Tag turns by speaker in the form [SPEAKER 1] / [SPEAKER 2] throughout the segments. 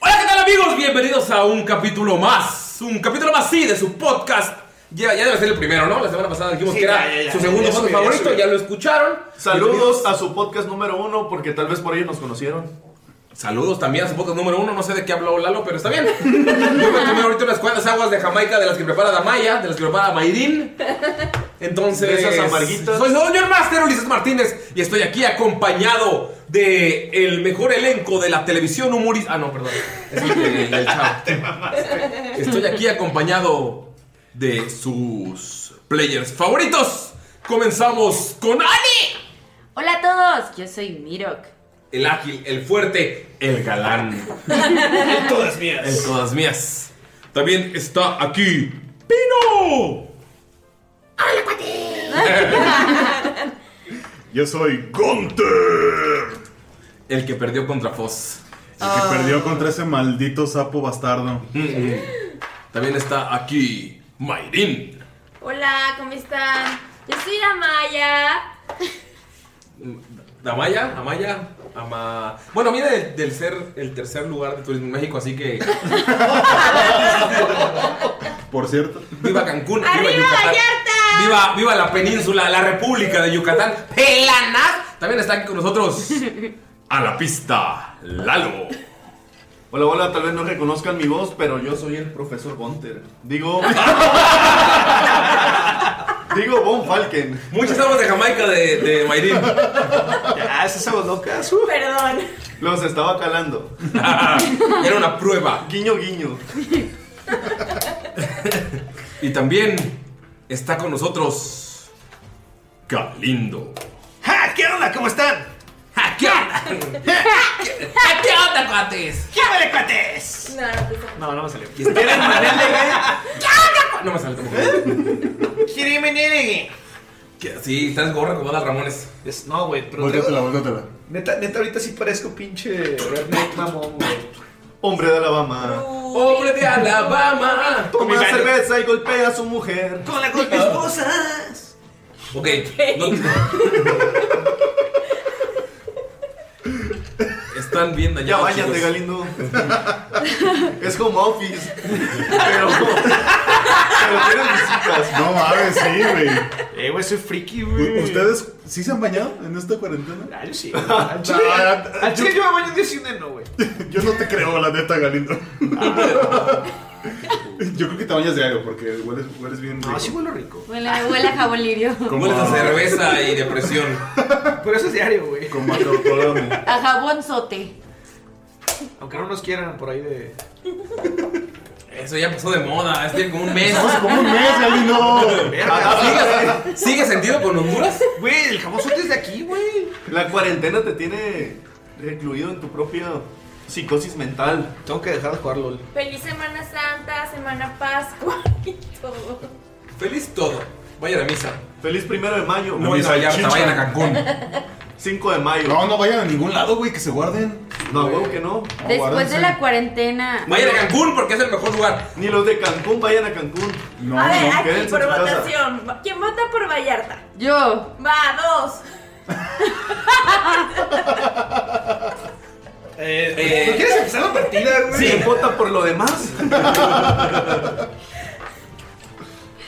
[SPEAKER 1] Hola, ¿qué tal amigos? Bienvenidos a un capítulo más. Un capítulo más, sí, de su podcast. Ya, ya debe ser el primero, ¿no? La semana pasada dijimos
[SPEAKER 2] Sí,
[SPEAKER 1] que era
[SPEAKER 2] ya, ya, ya.
[SPEAKER 1] su segundo
[SPEAKER 2] Ya
[SPEAKER 1] podcast
[SPEAKER 2] subí, ya
[SPEAKER 1] favorito,
[SPEAKER 2] subí.
[SPEAKER 1] ya lo escucharon.
[SPEAKER 2] Saludos
[SPEAKER 1] Bienvenidos.
[SPEAKER 2] a su podcast número uno, porque tal vez por ahí nos conocieron.
[SPEAKER 1] Saludos también a su podcast número uno. No sé de qué habló Lalo, pero está bien. Yo voy a tomar ahorita unas cuantas aguas de Jamaica de las que prepara Damaya, de las que prepara Mayrin. Entonces.
[SPEAKER 2] De esas amarguitas.
[SPEAKER 1] Soy Junior Master Ulises Martínez y estoy aquí acompañado de el mejor elenco de la televisión humorista. Ah, no, perdón. Es el, el- el chavo. Estoy aquí acompañado de sus players favoritos. Comenzamos con Ani,
[SPEAKER 3] Hola a todos, yo soy Mirok.
[SPEAKER 1] el ágil, el fuerte, el galán.
[SPEAKER 2] Todas
[SPEAKER 1] En
[SPEAKER 2] mías.
[SPEAKER 1] todas mías. También está aquí Pino.
[SPEAKER 4] Yo soy Gunter.
[SPEAKER 1] El que perdió contra Foz.
[SPEAKER 4] El que perdió contra ese maldito sapo bastardo.
[SPEAKER 1] También está aquí Mayrin.
[SPEAKER 3] Hola, ¿cómo están? Yo soy la Maya.
[SPEAKER 1] Amaya, Amaya, Ama. Bueno, viene del, del ser el tercer lugar de Turismo en México, así que
[SPEAKER 4] Por cierto.
[SPEAKER 1] viva Cancún, viva
[SPEAKER 3] ¡Arriba
[SPEAKER 1] Yucatán.
[SPEAKER 3] Vallarta!
[SPEAKER 1] Viva, viva la península, la República de Yucatán. Pelaná. También está aquí con nosotros a la pista Lalo.
[SPEAKER 2] Hola, hola, tal vez no reconozcan mi voz, pero yo soy el profesor Gunter. Digo. Digo Von Falken.
[SPEAKER 1] Muchas aguas de Jamaica de, de Mayrin.
[SPEAKER 2] Ya, esas aguas locas.
[SPEAKER 3] Perdón.
[SPEAKER 2] Los estaba calando.
[SPEAKER 1] Era una prueba.
[SPEAKER 2] Guiño, guiño.
[SPEAKER 1] Y también está con nosotros Galindo.
[SPEAKER 5] ¡Ja! ¿Qué onda? ¿Cómo están?
[SPEAKER 1] ¡Ja, ¿Qué onda? ¡Ja, ¿Qué onda, cuates?
[SPEAKER 5] ¡Qué vale, cuates!
[SPEAKER 3] No, no te
[SPEAKER 5] No, no me salió.
[SPEAKER 1] ¿Quieren manera legal? No me sale como.
[SPEAKER 4] ¿Eh?
[SPEAKER 5] ¿Quiere venir?
[SPEAKER 1] que- Sí, estás gorra como Adal Ramones.
[SPEAKER 5] Es, no, güey, pero.
[SPEAKER 4] Vuéltatela, vuéltatela.
[SPEAKER 5] Neta, neta, ahorita sí parezco pinche redneck mamón, güey.
[SPEAKER 2] Hombre de Alabama.
[SPEAKER 1] ¡Hombre de Alabama!
[SPEAKER 2] Toma
[SPEAKER 5] mi madre.
[SPEAKER 2] cerveza y golpea a su mujer.
[SPEAKER 5] ¡Con la golpe esposas!
[SPEAKER 1] Ok. no- Están bien
[SPEAKER 2] Ya
[SPEAKER 1] dañados.
[SPEAKER 2] váyate,
[SPEAKER 1] chicos.
[SPEAKER 2] Galindo. es home office. Pero. pero tienes visitas.
[SPEAKER 4] No mames, sí, güey.
[SPEAKER 6] Eh, güey, soy friki, güey.
[SPEAKER 4] U- ¿Ustedes sí se han bañado en esta cuarentena? ah,
[SPEAKER 6] Ah, yo sí. güey. Al chile, al chile yo me baño un día sin no, güey.
[SPEAKER 4] Yo no te creo, la neta, Galindo.
[SPEAKER 6] Ah,
[SPEAKER 4] Yo creo que te bañas diario porque hueles, hueles bien rico.
[SPEAKER 6] No, Ah, sí huelo rico.
[SPEAKER 3] Huele, huele a jabón lirio.
[SPEAKER 4] Como-
[SPEAKER 1] Hueles a cerveza y depresión.
[SPEAKER 6] Pero eso es diario, güey.
[SPEAKER 4] Como a Colón.
[SPEAKER 3] A jabón sote.
[SPEAKER 6] Aunque no nos quieran por ahí de.
[SPEAKER 1] Eso ya pasó de moda. Es tiene como un mes.
[SPEAKER 4] Estamos como un mes, Galindo. Ah,
[SPEAKER 6] Verga.
[SPEAKER 1] ¿Sigue, sigue sentido con Honduras?
[SPEAKER 6] Güey, el jamonzote es de aquí, güey.
[SPEAKER 2] La cuarentena te tiene recluido en tu propia psicosis mental.
[SPEAKER 6] Tengo que dejar de jugar LOL.
[SPEAKER 3] Feliz Semana Santa, Semana Pascua y todo.
[SPEAKER 1] Feliz todo. Vayan a misa.
[SPEAKER 2] Feliz primero de mayo.
[SPEAKER 1] No vayan a Vallarta, vayan a Cancún.
[SPEAKER 2] 5 de mayo.
[SPEAKER 4] No, no vayan a ningún lado, güey, que se guarden.
[SPEAKER 2] No, huevo que no.
[SPEAKER 3] Después de
[SPEAKER 4] Aguárdense.
[SPEAKER 3] la cuarentena.
[SPEAKER 1] Vayan a Cancún porque es el mejor lugar.
[SPEAKER 2] Ni los de Cancún vayan a Cancún.
[SPEAKER 4] No,
[SPEAKER 3] a ver,
[SPEAKER 2] quédense
[SPEAKER 4] no.
[SPEAKER 3] aquí
[SPEAKER 2] en
[SPEAKER 3] por
[SPEAKER 2] su casa.
[SPEAKER 3] votación. Va- ¿Quién vota por Vallarta?
[SPEAKER 7] Yo.
[SPEAKER 3] Va, dos.
[SPEAKER 1] Eh,
[SPEAKER 6] ¿No quieres empezar la partida, güey?
[SPEAKER 2] Sí. vota por lo demás?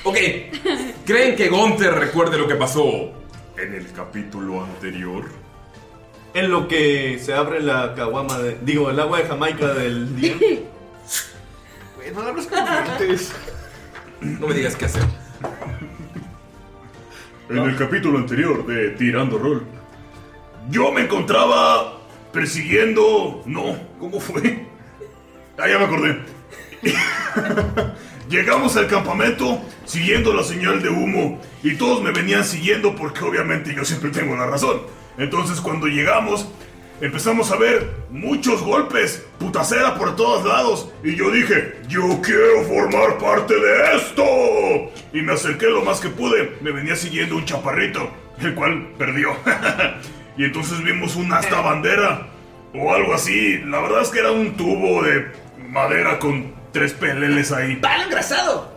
[SPEAKER 1] Ok. ¿Creen que Gunther recuerde lo que pasó?
[SPEAKER 4] En el capítulo anterior.
[SPEAKER 2] En lo que se abre la caguama de. Digo, el agua de Jamaica del día.
[SPEAKER 6] Güey, no hables con antes.
[SPEAKER 1] No me digas qué hacer.
[SPEAKER 6] Ah.
[SPEAKER 4] En el capítulo anterior de Tirando Roll. Yo me encontraba persiguiendo... No, ¿cómo fue? Ah, ya me acordé. Llegamos al campamento siguiendo la señal de humo y todos me venían siguiendo porque obviamente yo siempre tengo la razón. Entonces cuando llegamos empezamos a ver muchos golpes, putacera por todos lados y yo dije, yo quiero formar parte de esto. Y me acerqué lo más que pude, me venía siguiendo un chaparrito, el cual perdió. y entonces vimos una hasta bandera o algo así. La verdad es que era un tubo de madera con tres peleles ahí.
[SPEAKER 6] ¡Palo engrasado!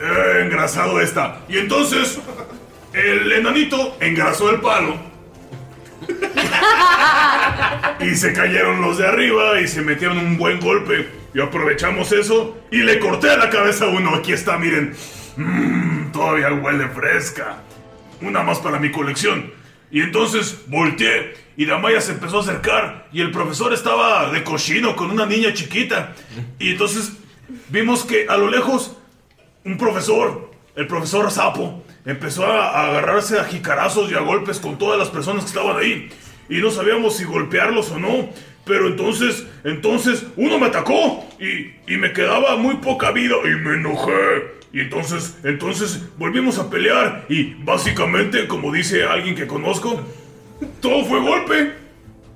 [SPEAKER 4] Eh, engrasado está. Y entonces, el enanito engrasó el palo. y se cayeron los de arriba y se metieron un buen golpe. Y aprovechamos eso y le corté la cabeza a uno. Aquí está, miren. Mm, todavía huele fresca. Una más para mi colección. Y entonces volteé y Damaya se empezó a acercar y el profesor estaba de cochino con una niña chiquita. Y entonces vimos que a lo lejos un profesor, el profesor Sapo, empezó a, a agarrarse a jicarazos y a golpes con todas las personas que estaban ahí. Y no sabíamos si golpearlos o no. Pero entonces, entonces, uno me atacó y, y me quedaba muy poca vida y me enojé. Y entonces, entonces volvimos a pelear y básicamente, como dice alguien que conozco, todo fue golpe.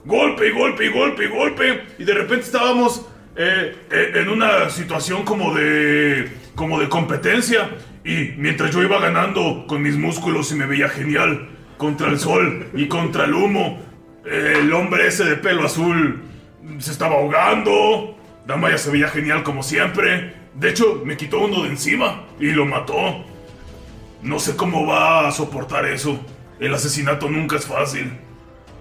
[SPEAKER 4] Golpe y golpe y golpe y golpe. Y de repente estábamos eh, eh, en una situación como de. como de competencia. Y mientras yo iba ganando con mis músculos y me veía genial. Contra el sol y contra el humo. eh, el hombre ese de pelo azul se estaba ahogando. Damaya se veía genial como siempre. De hecho, me quitó uno de encima y lo mató. No sé cómo va a soportar eso. El asesinato nunca es fácil.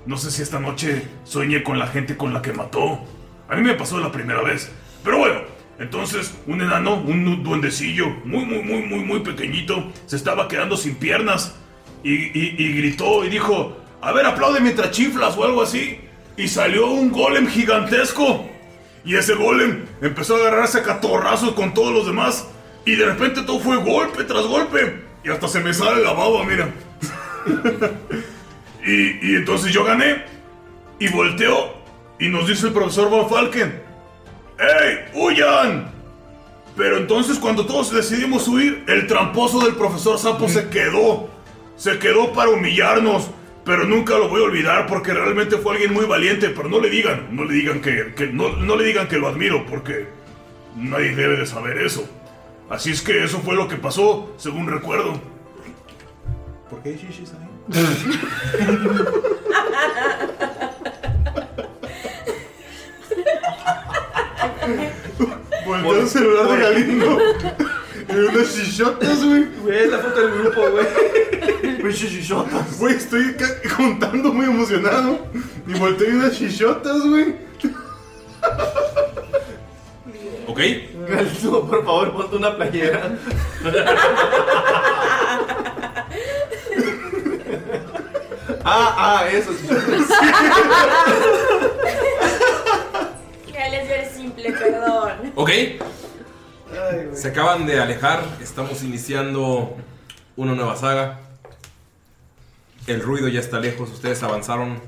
[SPEAKER 4] No sé si esta noche soñé con la gente con la que mató. A mí me pasó la primera vez. Pero bueno, entonces un enano, un duendecillo, muy, muy, muy, muy, muy pequeñito, se estaba quedando sin piernas. Y, y- y gritó y dijo, a ver, aplaude mientras chiflas o algo así. Y salió un golem gigantesco. Y ese golem empezó a agarrarse a catorrazos con todos los demás. Y de repente todo fue golpe tras golpe. Y hasta se me sale la baba, mira. Y, y entonces yo gané. Y volteo. Y nos dice el profesor Van Falken. ¡Ey! ¡Huyan! Pero entonces cuando todos decidimos huir, el tramposo del profesor Sapo se quedó. Se quedó para humillarnos. Pero nunca lo voy a olvidar porque realmente fue alguien muy valiente. Pero no le digan, no le digan que, que- no, no le digan que lo admiro porque nadie debe de saber eso. Así es que eso fue lo que pasó, según recuerdo. ¿Por qué shishis ahí? Volteó el celular de Galindo. Y unos chichotas, güey.
[SPEAKER 6] Güey, es la foto del grupo, güey.
[SPEAKER 2] Pinches chichotas.
[SPEAKER 4] Güey, estoy ca- contando muy emocionado. Y volteé unas chichotas, güey.
[SPEAKER 1] ¿Ok?
[SPEAKER 2] Galindo, por favor, ponte una playera. ah, ah, eso sí.
[SPEAKER 3] Él es ver simple, perdón.
[SPEAKER 1] Ok. Se acaban de alejar. Estamos iniciando una nueva saga. El ruido ya está lejos. Ustedes avanzaron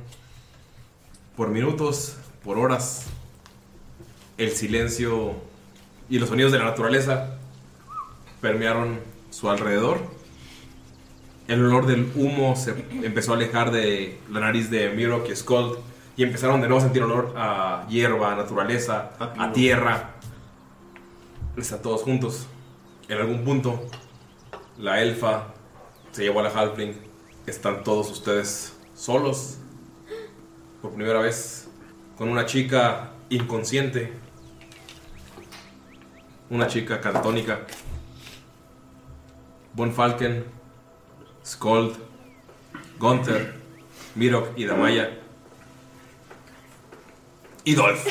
[SPEAKER 1] por minutos, por horas. El silencio y los sonidos de la naturaleza permearon su alrededor. El olor del humo se empezó a alejar de la nariz de Mirok y Skold. Y empezaron de nuevo a sentir olor a hierba, a naturaleza, a tierra. Están todos juntos. En algún punto, la elfa se llevó a la halfling. Están todos ustedes solos. Por primera vez, con una chica inconsciente. Una chica cantónica. Von Falken, Skold, Gunther, Mirok y Damaya. Y Dolph.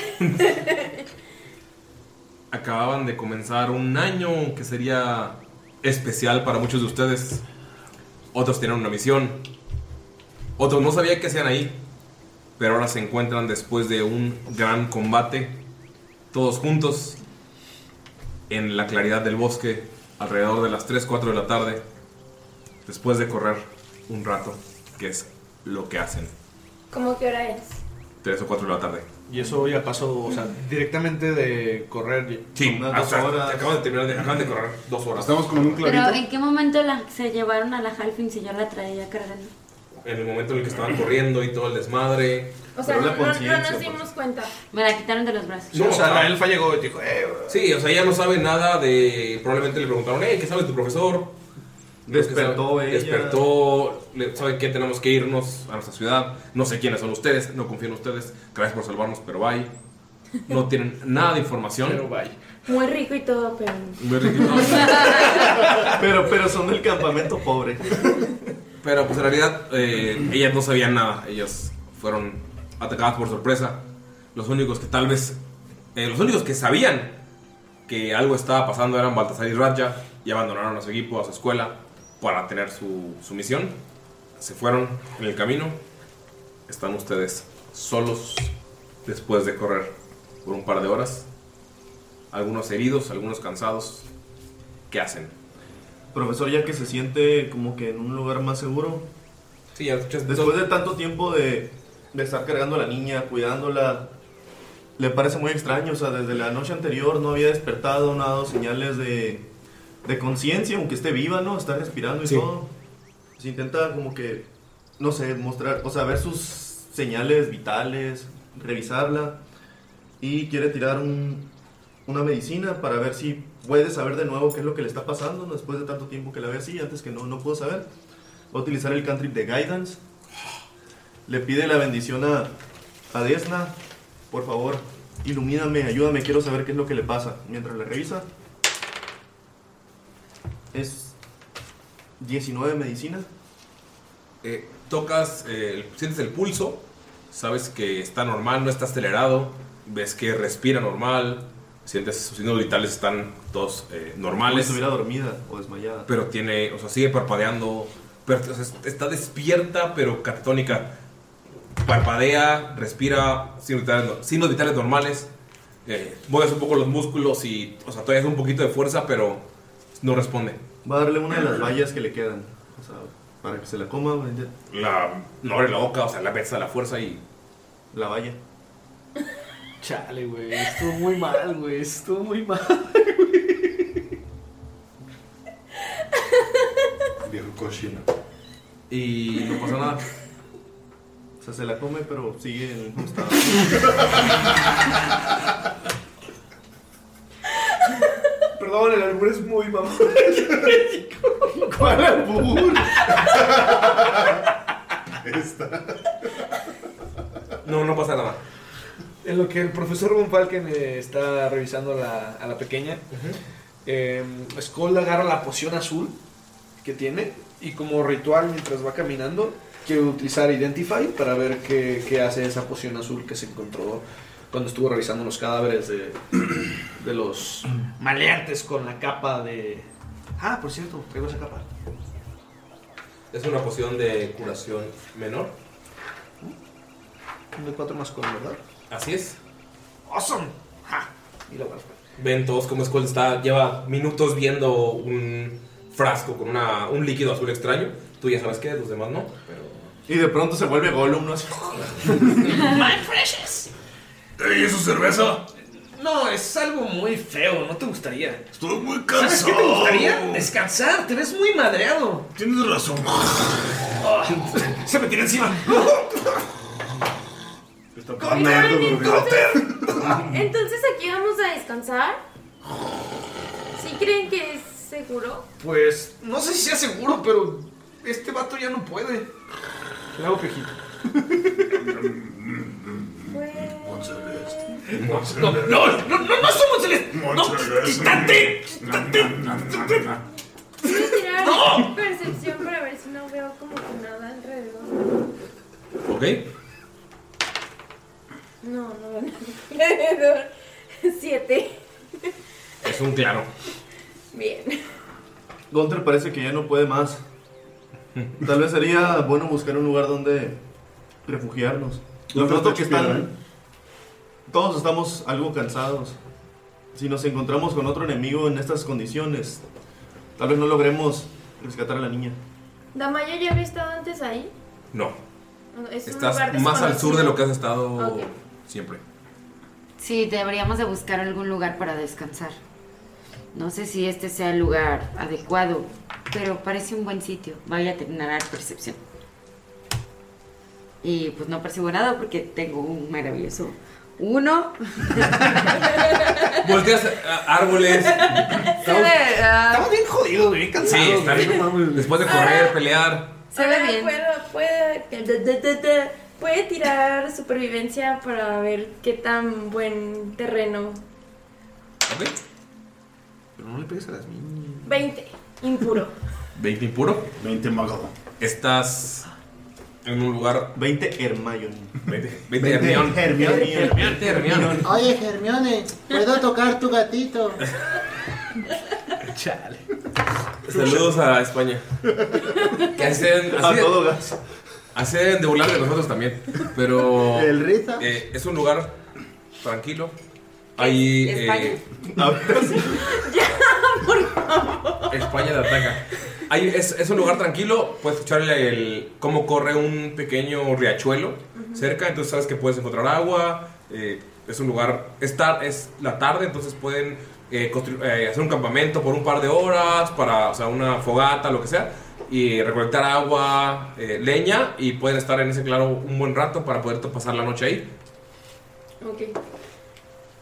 [SPEAKER 1] Acababan de comenzar un año que sería especial para muchos de ustedes. Otros tienen una misión. Otros no sabían que hacían ahí. Pero ahora se encuentran después de un gran combate. Todos juntos. En la claridad del bosque. Alrededor de las 3, 4 de la tarde. Después de correr un rato. Que es lo que hacen.
[SPEAKER 3] ¿Cómo que hora es?
[SPEAKER 1] 3 o 4 de la tarde.
[SPEAKER 8] Y eso ya pasó, o sea, directamente de correr.
[SPEAKER 1] Sí, ah,
[SPEAKER 8] dos horas.
[SPEAKER 1] Acaban de terminar de, acaban de correr dos horas.
[SPEAKER 8] Estamos como en un
[SPEAKER 3] Pero ¿en qué momento la- se llevaron a la Halfing si yo la traía cargando?
[SPEAKER 1] En el momento en el que estaban corriendo y todo el desmadre.
[SPEAKER 3] O sea,
[SPEAKER 1] Pero
[SPEAKER 3] no,
[SPEAKER 1] la
[SPEAKER 3] no- no
[SPEAKER 1] conciencia,
[SPEAKER 3] nos
[SPEAKER 1] pues.
[SPEAKER 3] dimos cuenta. Me la quitaron de los brazos.
[SPEAKER 1] No, o sea, la
[SPEAKER 8] elfa llegó y dijo, eh,
[SPEAKER 1] Sí, o sea, ella no sabe nada de. Probablemente le preguntaron, hey, ¿qué sabe tu profesor?
[SPEAKER 2] Despertó
[SPEAKER 1] Sabe-
[SPEAKER 2] ella.
[SPEAKER 1] Despertó, le- sabe que tenemos que irnos a nuestra ciudad. No sé quiénes son ustedes, no confío en ustedes. Gracias por salvarnos, pero bye. No tienen nada de información. Pero
[SPEAKER 8] bye.
[SPEAKER 3] Muy rico y todo, pero.
[SPEAKER 2] Pero, pero son del campamento pobre.
[SPEAKER 1] Pero pues en realidad eh, ellas no sabían nada. Ellas fueron atacadas por sorpresa. Los únicos que tal vez... eh, los únicos que sabían que algo estaba pasando eran Baltasar y Raja y abandonaron a su equipo, a su escuela, para tener su, su misión. Se fueron en el camino. Están ustedes solos después de correr por un par de horas. Algunos heridos, algunos cansados. ¿Qué hacen?
[SPEAKER 2] Profesor, ya que se siente como que en un lugar más seguro.
[SPEAKER 1] Sí, ya escuchas-
[SPEAKER 2] Después de tanto tiempo de, de estar cargando a la niña, cuidándola, le parece muy extraño. O sea, desde la noche anterior no había despertado, no ha dado señales de, de conciencia, aunque esté viva, ¿no? Está respirando y
[SPEAKER 1] Sí.
[SPEAKER 2] todo. Se Pues intenta como que, no sé, mostrar, o sea, ver sus señales vitales, revisarla. Y quiere tirar un- una medicina para ver si puede saber de nuevo qué es lo que le está pasando ¿no? después de tanto tiempo que la ve así, antes que no, no pudo saber. Va a utilizar el cantrip de Guidance. Le pide la bendición a, a Desna. Por favor, ilumíname, ayúdame, quiero saber qué es lo que le pasa. Mientras la revisa. Es 19 medicina.
[SPEAKER 1] Eh, tocas, eh, sientes el pulso, sabes que está normal, no está acelerado, ves que respira normal, sientes sus signos vitales están todos eh,
[SPEAKER 2] Como
[SPEAKER 1] normales.
[SPEAKER 2] si estuviera dormida o desmayada.
[SPEAKER 1] Pero tiene, o sea, sigue parpadeando, pero, o sea, está despierta pero catatónica. Parpadea, respira, signos vitales, no- signos vitales normales, eh, mueves un poco los músculos y, o sea, todavía es un poquito de fuerza, pero no responde.
[SPEAKER 2] Va a darle una de las vallas que le quedan. O sea, para que se la coma. güey, ya.
[SPEAKER 1] La, no abre la boca, o sea, la besa la fuerza y...
[SPEAKER 2] La valla.
[SPEAKER 8] Chale, güey, estuvo muy mal, güey, estuvo muy mal.
[SPEAKER 2] Viejo cochino.
[SPEAKER 1] Y no pasa nada.
[SPEAKER 2] O sea, se la come, pero sigue en el mismo estado.
[SPEAKER 6] Perdón, el albur es muy mamón. ¿Cuál albur?
[SPEAKER 1] No, no pasa nada.
[SPEAKER 8] En lo que el profesor Von Falken eh, está revisando la- a la pequeña, eh, Skull agarra la poción azul que tiene y como ritual mientras va caminando, quiero utilizar Identify para ver qué, qué hace esa poción azul que se encontró cuando estuvo revisando los cadáveres de, de los maleantes con la capa de... Ah, por cierto, traigo esa capa.
[SPEAKER 1] Es una poción de curación menor.
[SPEAKER 8] Un de 4 más 4, ¿verdad?
[SPEAKER 1] Así es.
[SPEAKER 8] ¡Awesome! ¡Ja! Y la guardo.
[SPEAKER 1] Ven todos cómo Skull está, lleva minutos viendo un frasco con una, un líquido azul extraño. Tú ya sabes qué, los demás no.
[SPEAKER 2] Y de pronto se vuelve Gollum, ¿no? Así.
[SPEAKER 6] ¡My Freshes!
[SPEAKER 4] ¿Y eso es cerveza?
[SPEAKER 6] No, es algo muy feo, no te gustaría. Estoy muy
[SPEAKER 4] cansado.
[SPEAKER 6] ¿Sabes qué te gustaría? Descansar, te ves muy madreado. Ah.
[SPEAKER 4] Tienes razón.
[SPEAKER 6] Se me tira encima.
[SPEAKER 3] Entonces aquí vamos a descansar. ¿Sí creen que es seguro?
[SPEAKER 8] Pues, no sé si sea seguro, pero este vato ya no puede. Le hago pejito.
[SPEAKER 6] No, no, no, no, no somos celestes. No, quítate.
[SPEAKER 3] Quiero tirar
[SPEAKER 1] ¡No!
[SPEAKER 3] percepción para ver si no veo como que nada alrededor.
[SPEAKER 1] ¿Ok?
[SPEAKER 3] No, no veo nada alrededor. Siete.
[SPEAKER 1] Es un claro.
[SPEAKER 3] Bien.
[SPEAKER 2] Gunter parece que ya no puede más. Tal vez sería bueno buscar un lugar donde refugiarnos. Lo
[SPEAKER 1] Gunter
[SPEAKER 2] pronto
[SPEAKER 1] está
[SPEAKER 2] que
[SPEAKER 1] chispirando,
[SPEAKER 2] están. Todos estamos algo cansados. Si nos encontramos con otro enemigo en estas condiciones, tal vez no logremos rescatar a la niña.
[SPEAKER 3] ¿Damaya ya había estado antes ahí?
[SPEAKER 1] No.
[SPEAKER 3] Es un lugar
[SPEAKER 1] Estás más al sur de lo que has estado
[SPEAKER 3] Ok.
[SPEAKER 1] siempre.
[SPEAKER 9] Sí, deberíamos de buscar algún lugar para descansar. No sé si este sea el lugar adecuado, pero parece un buen sitio. Voy a terminar percepción. Y pues no percibo nada porque tengo un maravilloso uno.
[SPEAKER 1] Volteas a- a eh, árboles.
[SPEAKER 9] Se ve, ah,
[SPEAKER 8] bien jodidos, güey, Ah. bien
[SPEAKER 1] Sí, está bien. Después de correr, pelear.
[SPEAKER 9] Se ve
[SPEAKER 3] bien. Puede, puede tirar supervivencia para ver qué tan buen terreno.
[SPEAKER 1] Ok.
[SPEAKER 8] Pero no le pegues a las niñas.
[SPEAKER 3] 20. Impuro.
[SPEAKER 1] 20 impuro.
[SPEAKER 4] 20 magado.
[SPEAKER 1] Estás en un lugar.
[SPEAKER 2] 20 Hermione.
[SPEAKER 1] 20, 20
[SPEAKER 2] 20
[SPEAKER 1] Hermión.
[SPEAKER 2] Hermione.
[SPEAKER 1] 20 Hermión.
[SPEAKER 10] Oye, Germione, ¿puedo tocar tu gatito?
[SPEAKER 1] Chale. Saludos a España. Que hacen,
[SPEAKER 2] A todo
[SPEAKER 1] gas. Hacen de burlar de nosotros también. Pero.
[SPEAKER 10] ¿El Riza?
[SPEAKER 1] eh, es un lugar tranquilo. Ahí.
[SPEAKER 10] ¿España?
[SPEAKER 1] eh, España te ataca. Ahí es, es un lugar tranquilo. Puedes escuchar el, el- cómo corre un pequeño riachuelo
[SPEAKER 4] Ujú.
[SPEAKER 1] cerca. Entonces sabes que puedes encontrar agua. eh, es un lugar. Es, tar- es la tarde, entonces pueden eh, constru- eh, hacer un campamento por un par de horas. Para, o sea, una fogata, lo que sea. Y recolectar agua, eh, leña. Y pueden estar en ese claro un buen rato para poder pasar la noche ahí.
[SPEAKER 3] Ok.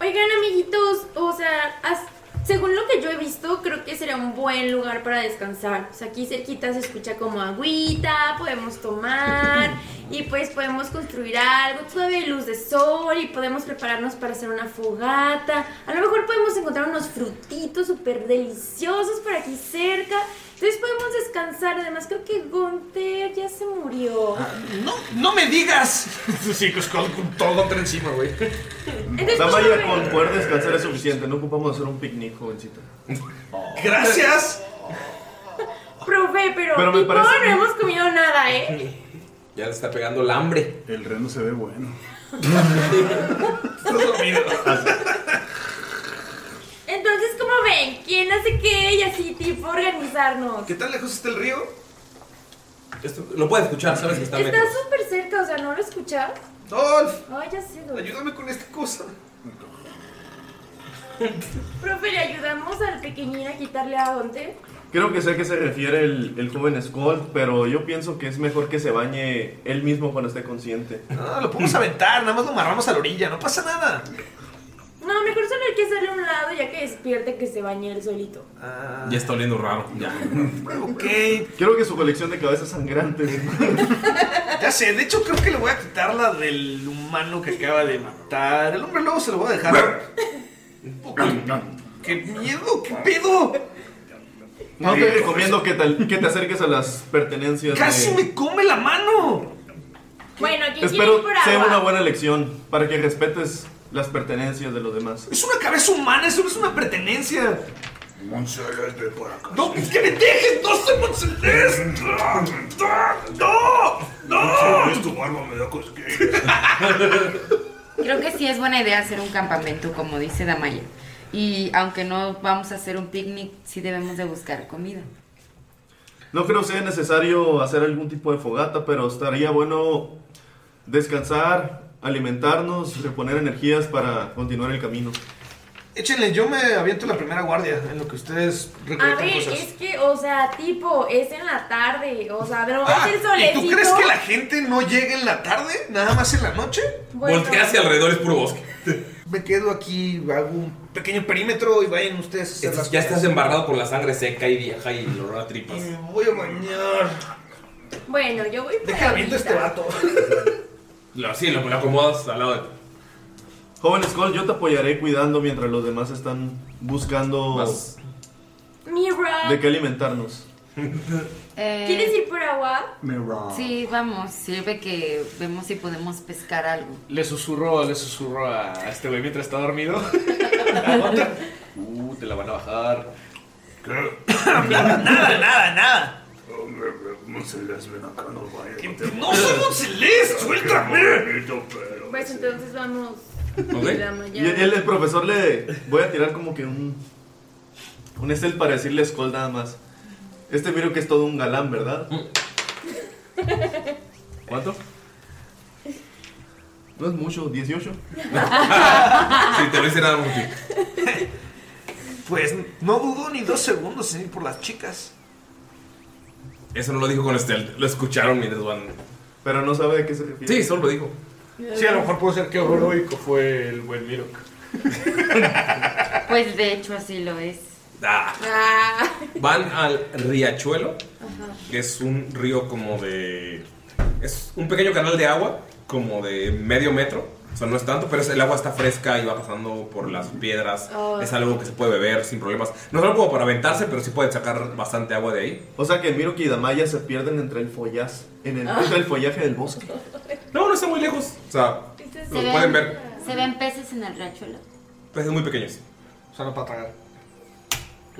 [SPEAKER 3] Oigan, amiguitos, o sea, as- según lo que yo he visto, creo que sería un buen lugar para descansar. O sea, aquí cerquita se escucha como agüita, podemos tomar y pues podemos construir algo. Todavía hay luz de sol y podemos prepararnos para hacer una fogata. A lo mejor podemos encontrar unos frutitos súper deliciosos por aquí cerca. Entonces podemos descansar. Además, creo que Gunter ya se murió.
[SPEAKER 6] Ah, No, no me digas. Sí, pues con, con todo entre encima, güey.
[SPEAKER 3] Entonces,
[SPEAKER 2] La
[SPEAKER 3] pues, no
[SPEAKER 2] Maya
[SPEAKER 3] me-
[SPEAKER 2] con poder descansar es suficiente. No ocupamos hacer un picnic, jovencita.
[SPEAKER 6] Gracias.
[SPEAKER 3] Profe, pero,
[SPEAKER 1] Pero me
[SPEAKER 3] tipo,
[SPEAKER 1] parece-
[SPEAKER 3] no hemos comido nada, ¿eh?
[SPEAKER 1] Ya le está pegando el hambre.
[SPEAKER 4] El reno se ve bueno.
[SPEAKER 3] Entonces, como ven, ¿quién hace qué y así, tipo, organizarnos?
[SPEAKER 1] ¿Qué tan lejos está el río? Esto, lo puedes escuchar, sabes que está
[SPEAKER 3] Está
[SPEAKER 1] lejos.
[SPEAKER 3] súper cerca, o sea, ¿no lo escuchas?
[SPEAKER 8] Dolph,
[SPEAKER 3] Ay, ya sé, Dolph.
[SPEAKER 8] ayúdame con esta cosa.
[SPEAKER 3] Profe, ¿le ayudamos al pequeñín a quitarle a Dante?
[SPEAKER 2] Creo que sé a qué se refiere el, el joven Skull, pero yo pienso que es mejor que se bañe él mismo cuando esté consciente.
[SPEAKER 8] No, Ah, lo podemos aventar, nada más lo amarramos a la orilla, no pasa nada.
[SPEAKER 3] No, mejor solo hay que hacerle a un lado ya que despierte que se bañe él solito.
[SPEAKER 1] Ya está oliendo raro. Ya.
[SPEAKER 8] Ah, Ok.
[SPEAKER 2] Creo que su colección de cabezas sangrantes.
[SPEAKER 8] Ya sé, de hecho creo que le voy a quitar la del humano que acaba de matar. El hombre lobo se lo voy a dejar. ¡Qué miedo! ¡Qué pedo!
[SPEAKER 2] No te recomiendo que te, que te acerques a las pertenencias. de-
[SPEAKER 6] ¡Casi me come la mano!
[SPEAKER 3] Bueno, ¿quién quiere
[SPEAKER 2] Espero
[SPEAKER 3] ir por
[SPEAKER 2] sea
[SPEAKER 3] agua?
[SPEAKER 2] una buena lección para que respetes las pertenencias de los demás.
[SPEAKER 6] Es una cabeza humana, eso no es una pertenencia.
[SPEAKER 4] Monsalete por acá.
[SPEAKER 6] ¡No,
[SPEAKER 8] pues
[SPEAKER 6] es que me dejes! ¡No soy Monsalés! ¡No! ¡No!
[SPEAKER 4] Es tu barba, me da cosquillas.
[SPEAKER 9] Creo que sí es buena idea hacer un campamento, como dice Damaya. Y aunque no vamos a hacer un picnic, sí debemos de buscar comida.
[SPEAKER 2] No creo sea necesario hacer algún tipo de fogata, pero estaría bueno descansar, alimentarnos, reponer energías para continuar el camino.
[SPEAKER 6] Échenle, yo me aviento la primera guardia en lo que ustedes
[SPEAKER 3] A ver, es que, o sea, tipo, es en la tarde. O sea, pero es el
[SPEAKER 6] Ah, ¿Y
[SPEAKER 3] solecito.
[SPEAKER 6] tú crees que la gente no llega en la tarde? ¿Nada más en la noche?
[SPEAKER 3] Bueno. Voltea hacia
[SPEAKER 1] alrededor, es puro bosque.
[SPEAKER 6] Me quedo aquí, hago un pequeño perímetro y vayan ustedes a hacer las
[SPEAKER 1] Ya
[SPEAKER 6] cosas.
[SPEAKER 1] estás embarrado por la sangre seca y vieja y el olor a tripas.
[SPEAKER 6] Me voy a bañar.
[SPEAKER 3] Bueno, yo voy por
[SPEAKER 6] Deja viento
[SPEAKER 3] agüita.
[SPEAKER 6] este vato.
[SPEAKER 1] Lo, sí, lo, lo acomodas al lado de ti.
[SPEAKER 2] Joven Skull, yo te apoyaré cuidando mientras los demás están buscando
[SPEAKER 3] Mira,
[SPEAKER 2] de qué alimentarnos.
[SPEAKER 3] ¿quieres ir por agua?
[SPEAKER 9] Sí, vamos, sirve que vemos si podemos pescar algo.
[SPEAKER 11] Le susurro, le susurro a a este güey mientras está dormido. uh, te la van a bajar.
[SPEAKER 6] nada, nada, nada.
[SPEAKER 4] Monsalés, ven acá, no vayas.
[SPEAKER 6] ¡No soy Monsalés! ¡Suéltame!
[SPEAKER 3] Pues entonces vamos. La
[SPEAKER 2] Y
[SPEAKER 3] mañana.
[SPEAKER 2] el, el profesor le voy a tirar como que un un estel para decirle Skull nada más. Este miro que es todo un galán, ¿verdad? ¿Cuánto? No es mucho, 18.
[SPEAKER 1] Sí, te lo hice nada por ti.
[SPEAKER 6] Pues no dudo ni dos segundos en ir por las chicas.
[SPEAKER 1] Eso no lo dijo con Estel, lo escucharon mientras van.
[SPEAKER 2] Pero no sabe de qué se refiere.
[SPEAKER 1] Sí, solo lo dijo.
[SPEAKER 11] Sí, a lo mejor puede ser que heroico fue el buen Miro.
[SPEAKER 9] Pues de hecho así lo es.
[SPEAKER 1] Ah.
[SPEAKER 3] Ah.
[SPEAKER 1] Van al riachuelo,
[SPEAKER 9] Ajá.
[SPEAKER 1] que es un río como de... Es un pequeño canal de agua, como de medio metro. O sea, no es tanto, pero es- el agua está fresca y va pasando por las piedras.
[SPEAKER 2] Oh.
[SPEAKER 1] Es algo que se puede beber sin problemas. No es algo como para aventarse, pero sí pueden sacar bastante agua de ahí.
[SPEAKER 2] O sea que miro que Idamaya se pierden entre el follaje, en el,
[SPEAKER 9] Ah.
[SPEAKER 2] entre el follaje del bosque.
[SPEAKER 1] No, no está muy lejos. O sea,
[SPEAKER 9] ¿Se
[SPEAKER 1] lo
[SPEAKER 9] ven-
[SPEAKER 1] pueden ver.
[SPEAKER 9] ¿Se ven peces en el riachuelo?
[SPEAKER 1] Peces muy pequeños.
[SPEAKER 6] O sea, no para tragar.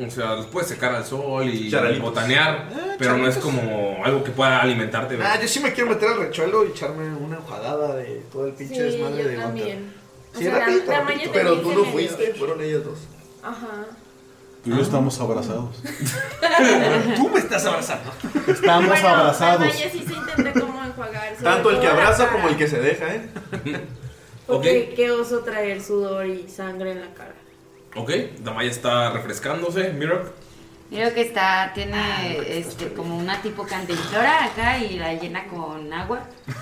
[SPEAKER 1] O sea, los puedes secar al sol y
[SPEAKER 6] Charalitos.
[SPEAKER 1] botanear,
[SPEAKER 6] Ah,
[SPEAKER 1] pero no es
[SPEAKER 6] charalitos.
[SPEAKER 1] como algo que pueda alimentarte. ¿ves?
[SPEAKER 6] Ah, yo sí me quiero meter al rechuelo y echarme una enjuagada de todo el pinche
[SPEAKER 3] Sí,
[SPEAKER 6] desmadre
[SPEAKER 3] yo
[SPEAKER 6] de Gunter.
[SPEAKER 3] también.
[SPEAKER 6] Sí,
[SPEAKER 3] o sea,
[SPEAKER 6] rapidito,
[SPEAKER 3] la, la
[SPEAKER 6] rapidito.
[SPEAKER 3] mañana
[SPEAKER 6] Pero tú
[SPEAKER 3] te dije
[SPEAKER 6] no
[SPEAKER 3] medio.
[SPEAKER 6] fuiste,
[SPEAKER 2] fueron ellas dos.
[SPEAKER 3] Ajá.
[SPEAKER 12] Tú y yo estamos abrazados.
[SPEAKER 6] Tú me estás abrazando.
[SPEAKER 12] Estamos
[SPEAKER 3] Bueno,
[SPEAKER 12] abrazados.
[SPEAKER 3] Damaya sí se intenta como enjuagar. sobre
[SPEAKER 2] Tanto el
[SPEAKER 3] todo
[SPEAKER 2] que
[SPEAKER 3] la
[SPEAKER 2] abraza
[SPEAKER 3] cara,
[SPEAKER 2] como el que se deja, ¿eh?
[SPEAKER 3] Porque qué oso traer sudor y sangre en la cara.
[SPEAKER 1] Ok, Damaya está refrescándose, Mirok.
[SPEAKER 9] Miro que está, tiene
[SPEAKER 1] Ah,
[SPEAKER 9] este, como una tipo candelora acá y la llena con agua.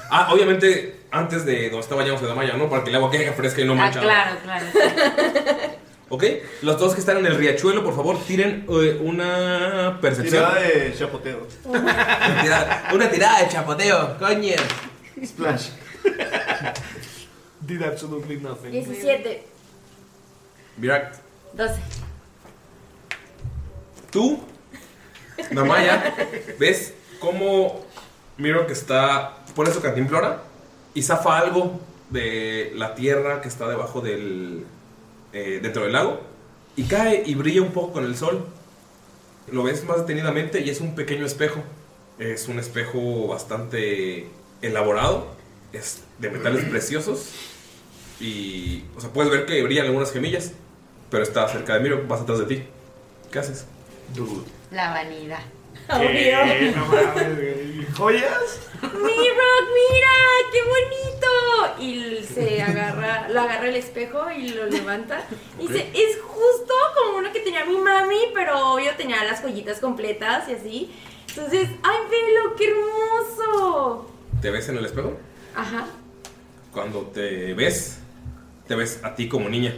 [SPEAKER 1] Ah, obviamente, antes de donde está bañándose Damaya, ¿no? Para que el agua quede fresca y no
[SPEAKER 9] ah,
[SPEAKER 1] manchada.
[SPEAKER 9] claro, claro.
[SPEAKER 1] Ok, los dos que están en el riachuelo, por favor, tiren eh, una percepción.
[SPEAKER 2] Tirada de chapoteo.
[SPEAKER 1] Una tirada- una tirada de chapoteo, coño.
[SPEAKER 2] Splash.
[SPEAKER 6] Did absolutely nothing.
[SPEAKER 3] 17.
[SPEAKER 1] Mirak,
[SPEAKER 9] 12.
[SPEAKER 1] tú, Damaya, ves cómo Mirok está. pone su cantimplora y zafa algo de la tierra que está debajo del. eh, dentro del lago y cae y brilla un poco con el sol. Lo ves más detenidamente y es un pequeño espejo. Es un espejo bastante elaborado, es de metales preciosos y, o sea, puedes ver que brillan algunas gemillas, pero está cerca de Miro, vas atrás de ti. ¿Qué haces?
[SPEAKER 9] La vanidad.
[SPEAKER 6] Eh,
[SPEAKER 1] ¿Qué? No
[SPEAKER 6] ¿Joyas?
[SPEAKER 3] Mirok, mira, qué bonito. Y se agarra, lo agarra el espejo y lo levanta. Y dice, es justo como uno que tenía mi mami, pero yo tenía las joyitas completas y así. Entonces, ay, velo, qué hermoso.
[SPEAKER 1] ¿Te ves en el espejo?
[SPEAKER 3] Ajá.
[SPEAKER 1] Cuando te ves, te ves a ti como niña.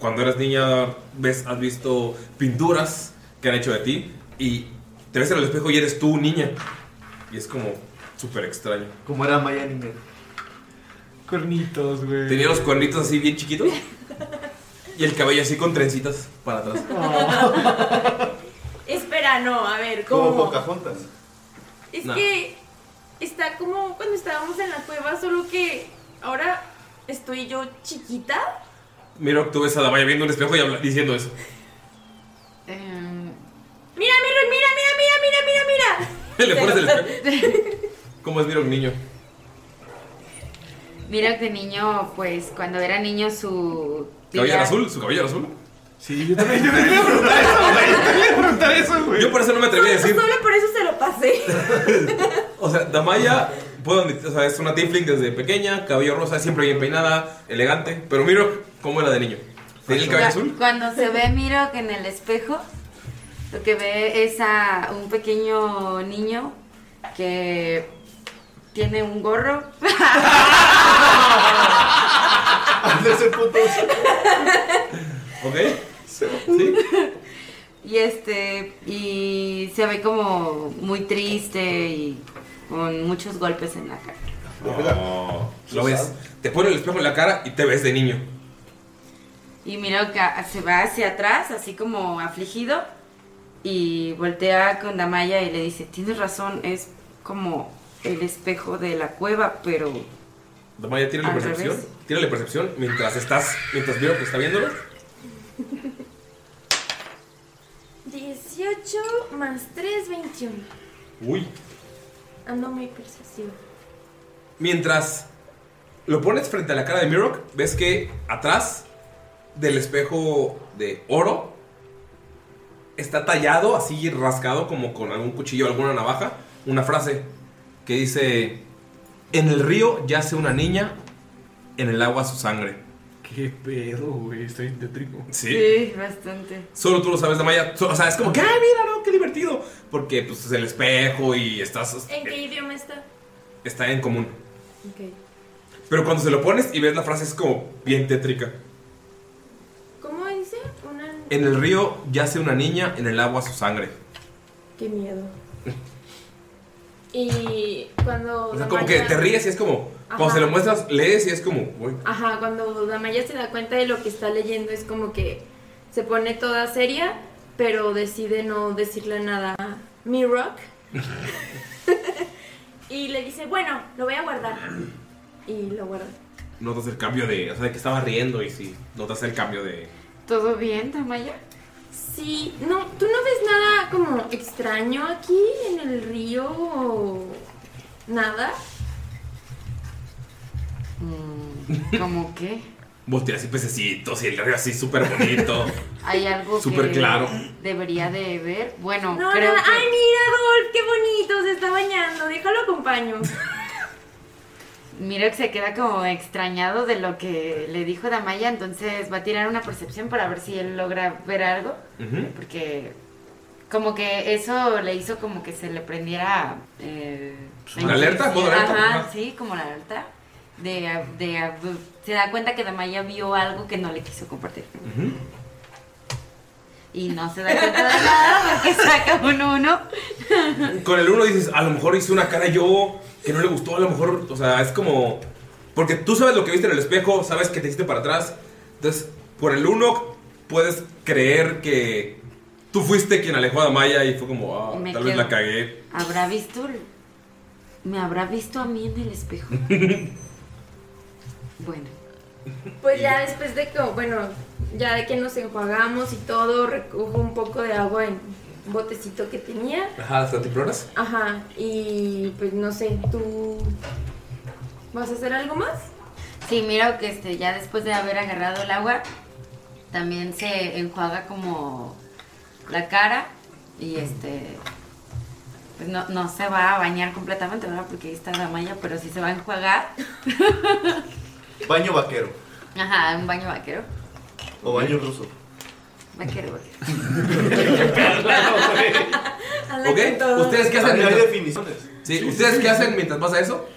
[SPEAKER 1] Cuando eras niña, ves, has visto pinturas que han hecho de ti y te ves en el espejo y eres tú niña. Y es como súper extraño.
[SPEAKER 2] Como era Maya Anime.
[SPEAKER 11] Cuernitos, güey.
[SPEAKER 1] Tenía los cuernitos así bien chiquitos Ah, y el cabello así con trencitas para atrás.
[SPEAKER 3] Espera, espera, no, a ver,
[SPEAKER 2] Como
[SPEAKER 3] ¿cómo?
[SPEAKER 2] Pocahontas.
[SPEAKER 3] Es
[SPEAKER 2] No.
[SPEAKER 3] que está como cuando estábamos en la cueva, solo que ahora estoy yo chiquita.
[SPEAKER 1] Mira, tú ves a Damaya viendo un espejo y habla- diciendo eso.
[SPEAKER 3] Mira, mira, mira, mira, mira, mira, mira, mira.
[SPEAKER 1] Le pones el espejo. ¿Cómo es Mira un niño?
[SPEAKER 9] Mira que niño, pues cuando era niño su...
[SPEAKER 1] ¿Cabello
[SPEAKER 9] vida-
[SPEAKER 1] era azul? ¿Su cabello era azul? Sí, yo también. Yo por eso no me atreví a decir.
[SPEAKER 3] Solo por eso se lo pasé.
[SPEAKER 1] O sea, Damaya, puedo admitir, o sea, es una tiefling desde pequeña, cabello rosa, siempre bien peinada, elegante. Pero mira cómo era de niño. ¿Tenía el cabello
[SPEAKER 9] Cu-
[SPEAKER 1] azul?
[SPEAKER 9] Cuando se ve Miro que en el espejo, lo que ve es a un pequeño niño que tiene un gorro.
[SPEAKER 1] ¿Ok?
[SPEAKER 9] Y este, y se ve como muy triste y con muchos golpes en la cara.
[SPEAKER 1] No. Oh, Lo ves. Te pone el espejo en la cara y te ves de niño.
[SPEAKER 9] Y Miro que a- se va hacia atrás, así como afligido, y voltea con Damaya y le dice, tienes razón, es como el espejo de la cueva, pero...
[SPEAKER 1] Damaya, tírale
[SPEAKER 9] Al
[SPEAKER 1] percepción.
[SPEAKER 9] revés.
[SPEAKER 1] Tírale percepción mientras estás, mientras Miro que está viéndolo.
[SPEAKER 3] 18 más 3, 21.
[SPEAKER 1] Uy.
[SPEAKER 3] Ando muy persuasivo.
[SPEAKER 1] Mientras lo pones frente a la cara de Mirok, ves que atrás del espejo de oro está tallado, así rascado como con algún cuchillo o alguna navaja, una frase que dice, en el río yace una niña, en el agua su sangre.
[SPEAKER 11] Qué pedo, güey. Estoy en tétrico.
[SPEAKER 1] Sí.
[SPEAKER 9] bastante.
[SPEAKER 1] Solo tú lo sabes, Damaya. So- O sea, es como que, ay, mira, no, qué divertido. Porque pues es el espejo y estás,
[SPEAKER 3] ¿En qué idioma está?
[SPEAKER 1] está en común.
[SPEAKER 3] Ok.
[SPEAKER 1] Pero cuando se lo pones y ves la frase es como bien tétrica.
[SPEAKER 3] ¿Cómo dice? Una.
[SPEAKER 1] En el río yace una niña, en el agua su sangre.
[SPEAKER 3] Qué miedo. Y cuando.
[SPEAKER 1] O sea, como que te ríes y es como, cuando
[SPEAKER 3] Ajá.
[SPEAKER 1] se lo muestras, lees y es como, uy.
[SPEAKER 3] Ajá, cuando Damaya se da cuenta de lo que está leyendo, es como que se pone toda seria, pero decide no decirle nada a Mirok. y le dice, bueno, lo voy a guardar. Y lo guarda.
[SPEAKER 1] Notas el cambio de, o sea, de que estaba riendo y sí, notas el cambio de...
[SPEAKER 9] ¿Todo bien, Damaya?
[SPEAKER 3] Sí, no, ¿tú no ves nada como extraño aquí en el río o nada?
[SPEAKER 9] ¿Cómo qué?
[SPEAKER 1] Volteas y pececitos y el río así súper bonito.
[SPEAKER 9] Hay algo
[SPEAKER 1] Súper
[SPEAKER 9] que
[SPEAKER 1] claro.
[SPEAKER 9] debería de ver. Bueno,
[SPEAKER 3] No,
[SPEAKER 9] creo
[SPEAKER 3] nada.
[SPEAKER 9] que...
[SPEAKER 3] Ay, mira, Dolph, qué bonito, se está bañando, déjalo acompaño.
[SPEAKER 9] Miro que se queda como extrañado de lo que le dijo Damaya, entonces va a tirar una percepción para ver si él logra ver algo,
[SPEAKER 1] Ujú.
[SPEAKER 9] porque como que eso le hizo como que se le prendiera... eh,
[SPEAKER 1] Pues una alerta, modo alerta,
[SPEAKER 9] Ajá,
[SPEAKER 1] ajá.
[SPEAKER 9] sí, como la alerta. De, de- se da cuenta que Damaya vio algo que no le quiso compartir.
[SPEAKER 1] Ujú.
[SPEAKER 9] Y no se da cuenta de nada porque saca un uno.
[SPEAKER 1] Con el uno dices, a lo mejor hice una cara yo que no le gustó, a lo mejor, o sea, es como... Porque tú sabes lo que viste en el espejo, sabes que te hiciste para atrás. Entonces, por el uno puedes creer que tú fuiste quien alejó a Damaya y fue como, ah,
[SPEAKER 9] Me
[SPEAKER 1] tal vez
[SPEAKER 9] quedo.
[SPEAKER 1] la cagué.
[SPEAKER 9] ¿Habrá visto? ¿Me habrá visto a mí en el espejo? bueno.
[SPEAKER 3] Pues ya después de que, bueno, ya de que nos enjuagamos y todo, recojo un poco de agua en un botecito que tenía.
[SPEAKER 1] Ajá, hasta te imploras.
[SPEAKER 3] Ajá, y pues no sé, ¿tú vas a hacer algo más?
[SPEAKER 9] Sí, mira que este, ya después de haber agarrado el agua, también se enjuaga como la cara y este pues no, no se va a bañar completamente, ¿verdad? Porque ahí está la malla, pero sí se va a enjuagar.
[SPEAKER 2] Baño vaquero.
[SPEAKER 9] Ajá, un baño vaquero.
[SPEAKER 2] O baño ruso.
[SPEAKER 9] Vaquero, vaquero.
[SPEAKER 1] ¿Ok? ¿Ustedes qué hacen?
[SPEAKER 2] Hay- hay
[SPEAKER 1] definiciones. Sí, ¿ustedes qué hacen mientras pasa eso?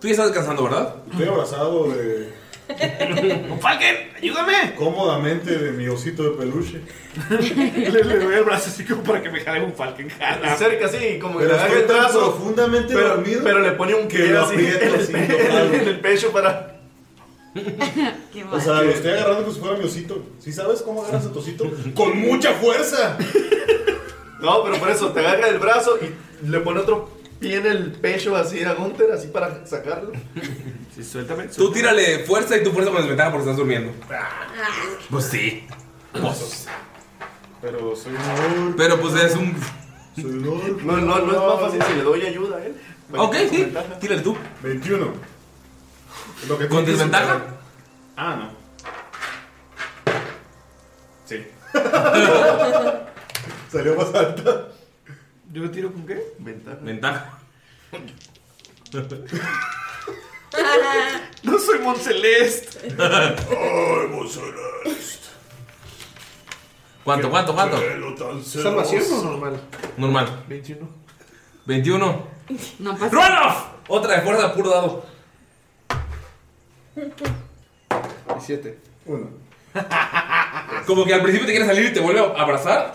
[SPEAKER 1] Tú ya estás descansando, ¿verdad?
[SPEAKER 12] Estoy abrazado de.
[SPEAKER 6] ¡Falken! ¡Ayúdame!
[SPEAKER 12] Cómodamente de mi osito de peluche.
[SPEAKER 6] le, le doy el brazo así como para que me jale un Falken. Jala.
[SPEAKER 2] Cerca, sí, como que
[SPEAKER 12] Ah. Pero
[SPEAKER 2] le agarra
[SPEAKER 12] estoy
[SPEAKER 2] el
[SPEAKER 12] tan
[SPEAKER 2] brazo.
[SPEAKER 12] profundamente
[SPEAKER 2] pero,
[SPEAKER 12] dormido
[SPEAKER 2] Pero le pone un
[SPEAKER 12] que
[SPEAKER 2] que
[SPEAKER 12] lo
[SPEAKER 2] así en
[SPEAKER 12] aprieto
[SPEAKER 2] el,
[SPEAKER 12] así,
[SPEAKER 2] pe-
[SPEAKER 12] no
[SPEAKER 2] en el-
[SPEAKER 12] jalo.
[SPEAKER 2] en el pecho para.
[SPEAKER 12] O sea, lo estoy agarrando como si fuera mi osito. ¿Sí sabes cómo agarras a tu osito? ¡Con mucha fuerza!
[SPEAKER 2] No, pero por eso te agarra el brazo y le pone otro pie en el pecho así a Gunther, así para sacarlo.
[SPEAKER 1] Sí, suéltame. Tú tírale fuerza y tú fuerza con desventaja porque estás durmiendo. Pues sí. Pues.
[SPEAKER 7] Pero soy un orc.
[SPEAKER 1] Pero pues es un.
[SPEAKER 7] Soy un orc.
[SPEAKER 2] No, no, no es más fácil si le doy ayuda ¿eh? pues, a él.
[SPEAKER 1] Ok, sí. Tírale tú.
[SPEAKER 7] 21. Lo que tú
[SPEAKER 1] ¿Con
[SPEAKER 7] dices,
[SPEAKER 1] desventaja?
[SPEAKER 7] pero- Ah, no. Sí. Salió más alta.
[SPEAKER 6] ¿Yo lo tiro con qué?
[SPEAKER 2] Ventaja.
[SPEAKER 1] Ventaja.
[SPEAKER 6] no soy Moncelest.
[SPEAKER 4] Ay, Moncelest.
[SPEAKER 1] ¿Cuánto, cuánto, cuánto?
[SPEAKER 4] Pelo tan
[SPEAKER 6] ¿Salvación
[SPEAKER 4] celoso.
[SPEAKER 6] o normal?
[SPEAKER 1] Normal.
[SPEAKER 6] 21.
[SPEAKER 1] 21.
[SPEAKER 9] No pasa.
[SPEAKER 1] ¡Runoff! Otra de fuerza, puro dado.
[SPEAKER 6] 17.
[SPEAKER 7] 1.
[SPEAKER 1] Como que al principio te quiere salir y te vuelve a abrazar.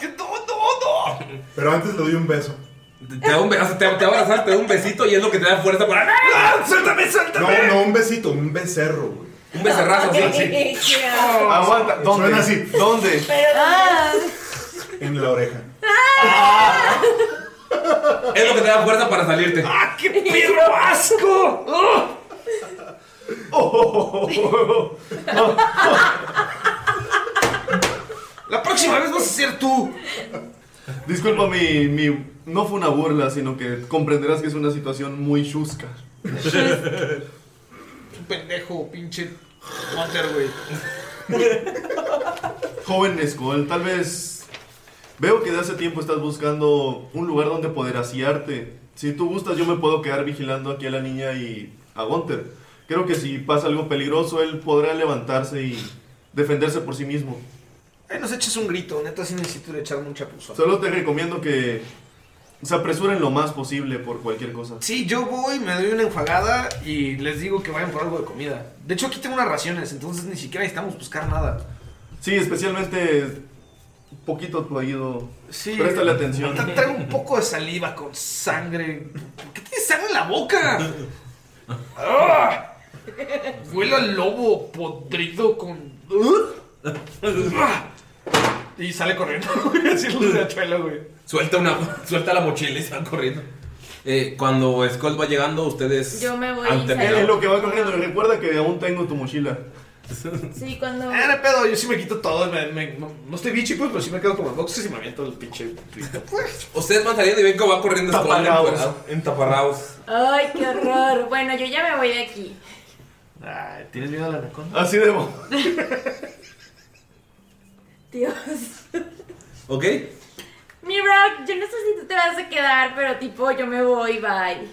[SPEAKER 7] Pero antes le doy un beso.
[SPEAKER 1] Te, te da un be- o sea, te- te va a abrazar, te da un besito y es lo que te da fuerza para. ¡Ah! ¡Suéltame,
[SPEAKER 7] No,
[SPEAKER 1] suéltame!
[SPEAKER 7] no, un besito, un becerro, güey.
[SPEAKER 1] Un becerrazo, sí,
[SPEAKER 7] sí.
[SPEAKER 2] Oh. Aguanta, ¿dónde?
[SPEAKER 7] Suena así.
[SPEAKER 2] ¿Dónde?
[SPEAKER 3] Ah.
[SPEAKER 7] En la oreja.
[SPEAKER 1] Es lo que te da fuerza para salirte.
[SPEAKER 13] ¡Ah, qué perro asco! ¡Oh!
[SPEAKER 2] Oh. La próxima vez vas a ser tú. Disculpa mi, mi- No fue una burla, sino que comprenderás que es una situación muy chusca.
[SPEAKER 6] Un pendejo, pinche Hunter, güey.
[SPEAKER 2] Joven Skull, tal vez. Veo que de hace tiempo estás buscando un lugar donde poder asiarte. Si tú gustas, yo me puedo quedar vigilando aquí a la niña y a Gunther. Creo que si pasa algo peligroso, él podrá levantarse y defenderse por sí mismo.
[SPEAKER 6] Ay, nos eches un grito, neta, sí necesito echar un chapuzón.
[SPEAKER 2] Solo te recomiendo que se apresuren lo más posible por cualquier cosa.
[SPEAKER 6] Sí, yo voy, me doy una enfagada y les digo que vayan por algo de comida. De hecho, aquí tengo unas raciones, entonces ni siquiera necesitamos buscar nada.
[SPEAKER 2] Sí, especialmente poquito tu oído.
[SPEAKER 6] Sí.
[SPEAKER 2] Préstale atención.
[SPEAKER 6] Tra- Traigo un poco de saliva con sangre. ¿Por qué tienes sangre en la boca? ¡Ah! Huele al lobo podrido con. ¡Ah! Y sale corriendo, güey, así lo de achuela, güey.
[SPEAKER 1] Suelta, una, suelta la mochila y se van corriendo. Eh, cuando Skull va llegando, ustedes.
[SPEAKER 3] Yo me voy
[SPEAKER 1] han
[SPEAKER 3] y
[SPEAKER 2] Él
[SPEAKER 1] terminado.
[SPEAKER 2] es lo que va corriendo. Recuerda que aún tengo tu mochila.
[SPEAKER 3] Sí, cuando.
[SPEAKER 6] Ah, no pedo, yo sí me quito todo. me- me- no, no estoy bichi, pues, pero sí me quedo como en boxes y me aviento el pinche. grito.
[SPEAKER 1] Ustedes van saliendo y ven cómo va corriendo Skull
[SPEAKER 6] Taparraos.
[SPEAKER 1] en taparraos.
[SPEAKER 3] Ay, qué horror. Bueno, yo ya me voy de aquí.
[SPEAKER 6] Ay, ¿Tienes miedo a la anaconda?
[SPEAKER 2] Así debo.
[SPEAKER 3] Dios.
[SPEAKER 1] ¿Ok?
[SPEAKER 3] Mi Rock, yo no sé si tú te vas a quedar, pero tipo, yo me voy, bye.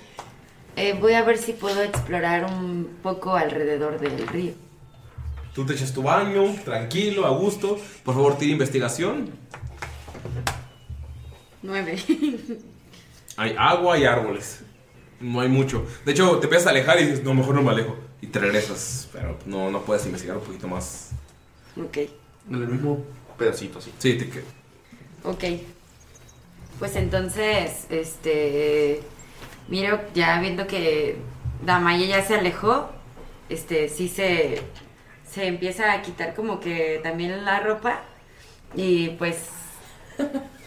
[SPEAKER 9] Eh, voy a ver si puedo explorar un poco alrededor del río.
[SPEAKER 1] Tú te echas tu baño, tranquilo, a gusto. Por favor, tira investigación.
[SPEAKER 9] Nueve.
[SPEAKER 1] Hay agua y árboles. No hay mucho. De hecho, te empiezas a alejar y dices, no, mejor no me alejo. Y te regresas. Pero no, no puedes investigar un poquito más.
[SPEAKER 9] ok,
[SPEAKER 2] En el mismo pedacito así.
[SPEAKER 1] Sí, te que-
[SPEAKER 9] ok. Pues entonces, este. Miro, ya viendo que Damaya ya se alejó, este, sí se. Se empieza a quitar como que también la ropa. Y pues.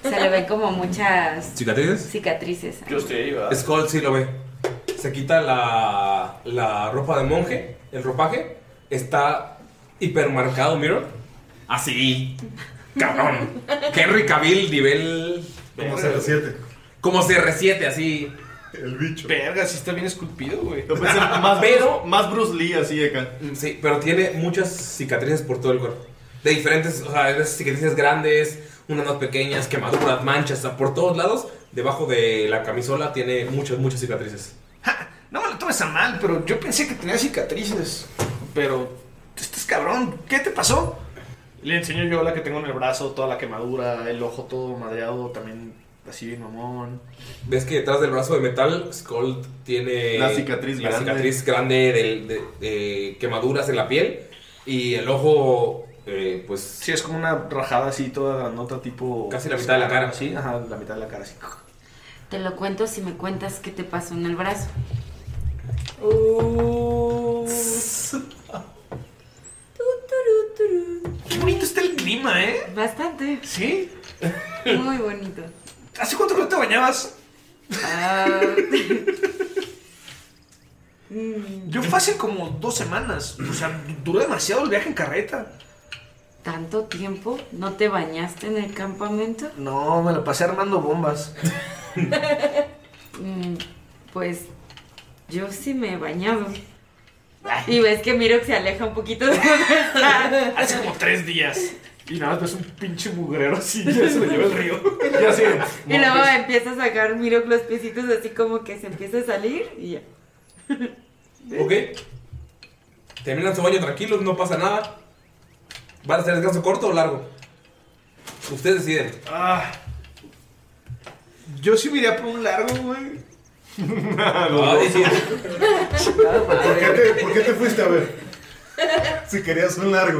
[SPEAKER 9] Se le ven como muchas.
[SPEAKER 1] ¿Cicatrices?
[SPEAKER 9] Cicatrices.
[SPEAKER 6] estoy
[SPEAKER 1] Skull sí lo ve. Se quita la, la ropa de monje, el ropaje. Está hipermarcado, mira. Así. Cabrón. Henry Cavill, nivel.
[SPEAKER 7] Como CR7.
[SPEAKER 1] Como CR7, así.
[SPEAKER 7] El bicho.
[SPEAKER 6] Verga, sí está bien esculpido, güey.
[SPEAKER 2] más,
[SPEAKER 1] pero,
[SPEAKER 2] más Bruce Lee, así acá.
[SPEAKER 1] Sí, pero tiene muchas cicatrices por todo el cuerpo. De diferentes, o sea, hay veces cicatrices grandes, unas más pequeñas, quemaduras, manchas, o sea, por todos lados. Debajo de la camisola tiene muchas, muchas cicatrices.
[SPEAKER 6] No me lo tomes a mal, pero yo pensé que tenía cicatrices. Pero tú estás cabrón, ¿qué te pasó? Le enseño yo la que tengo en el brazo, toda la quemadura, el ojo todo madreado, también así bien mamón.
[SPEAKER 1] ¿Ves que detrás del brazo de metal, Skull tiene
[SPEAKER 2] La cicatriz
[SPEAKER 1] la
[SPEAKER 2] grande.
[SPEAKER 1] cicatriz grande del- de, de quemaduras en la piel? Y el ojo, eh, pues... Sí,
[SPEAKER 6] es como una rajada así toda nota tipo...
[SPEAKER 1] Casi la mitad de la cara.
[SPEAKER 6] Sí, ajá, la mitad de la cara así.
[SPEAKER 9] Te lo cuento si me cuentas qué te pasó en el brazo. Uh,
[SPEAKER 6] Qué bonito está el clima, ¿eh?
[SPEAKER 9] Bastante.
[SPEAKER 6] Sí.
[SPEAKER 9] Muy bonito.
[SPEAKER 6] ¿Hace cuánto no te bañabas?
[SPEAKER 9] Ah. Mm.
[SPEAKER 6] Yo fácil como dos semanas. O sea, duró demasiado el viaje en carreta.
[SPEAKER 9] ¿Tanto tiempo? ¿No te bañaste en el campamento?
[SPEAKER 6] No, me la pasé armando bombas.
[SPEAKER 9] Mm, Pues yo sí me he bañado. Y ves que Miro se aleja un poquito de donde está.
[SPEAKER 6] Hace como tres días. Y nada, más ves un pinche mugrero así, ya se lo lleva el río.
[SPEAKER 9] Ya Y luego empieza a sacar Miro los piecitos así como que se empieza a salir y ya.
[SPEAKER 1] Ok. Terminan su baño tranquilos, no pasa nada. ¿Van a hacer descanso corto o largo? Ustedes deciden.
[SPEAKER 6] Ah. Yo sí me iría por un largo, güey.
[SPEAKER 1] Ah, sí.
[SPEAKER 12] ¿Por qué, te, por qué te fuiste a ver? Si querías un largo.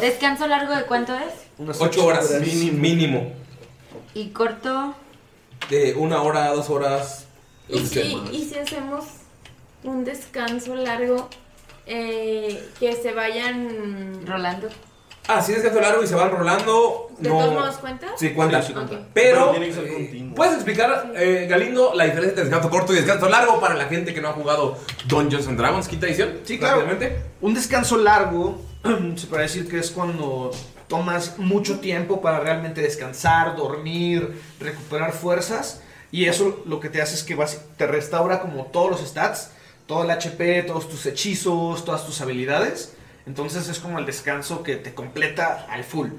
[SPEAKER 9] ¿Descanso largo de cuánto es?
[SPEAKER 1] Unas ocho horas mínimo. mínimo.
[SPEAKER 9] Y corto.
[SPEAKER 1] De una hora a dos horas. lo
[SPEAKER 3] ¿Y
[SPEAKER 1] que
[SPEAKER 3] si,
[SPEAKER 1] sea.
[SPEAKER 3] y si hacemos un descanso largo, eh, que se vayan
[SPEAKER 9] rolando.
[SPEAKER 1] Ah, sí, descanso largo y se van rolando.
[SPEAKER 3] ¿De
[SPEAKER 1] no.
[SPEAKER 3] todos modos cuenta?
[SPEAKER 1] Sí, cuenta.
[SPEAKER 3] Sí, sí cuenta.
[SPEAKER 1] Pero, eh, ¿puedes explicar, eh, Galindo, la diferencia entre descanso corto y descanso largo para la gente que no ha jugado Dungeons and Dragons, quinta edición?
[SPEAKER 6] Sí, claro.
[SPEAKER 1] Rápidamente.
[SPEAKER 6] Un descanso largo se puede decir que es cuando tomas mucho tiempo para realmente descansar, dormir, recuperar fuerzas. Y eso lo que te hace es que vas- te restaura como todos los stats, todo el HP, todos tus hechizos, todas tus habilidades. Entonces es como el descanso que te completa al full.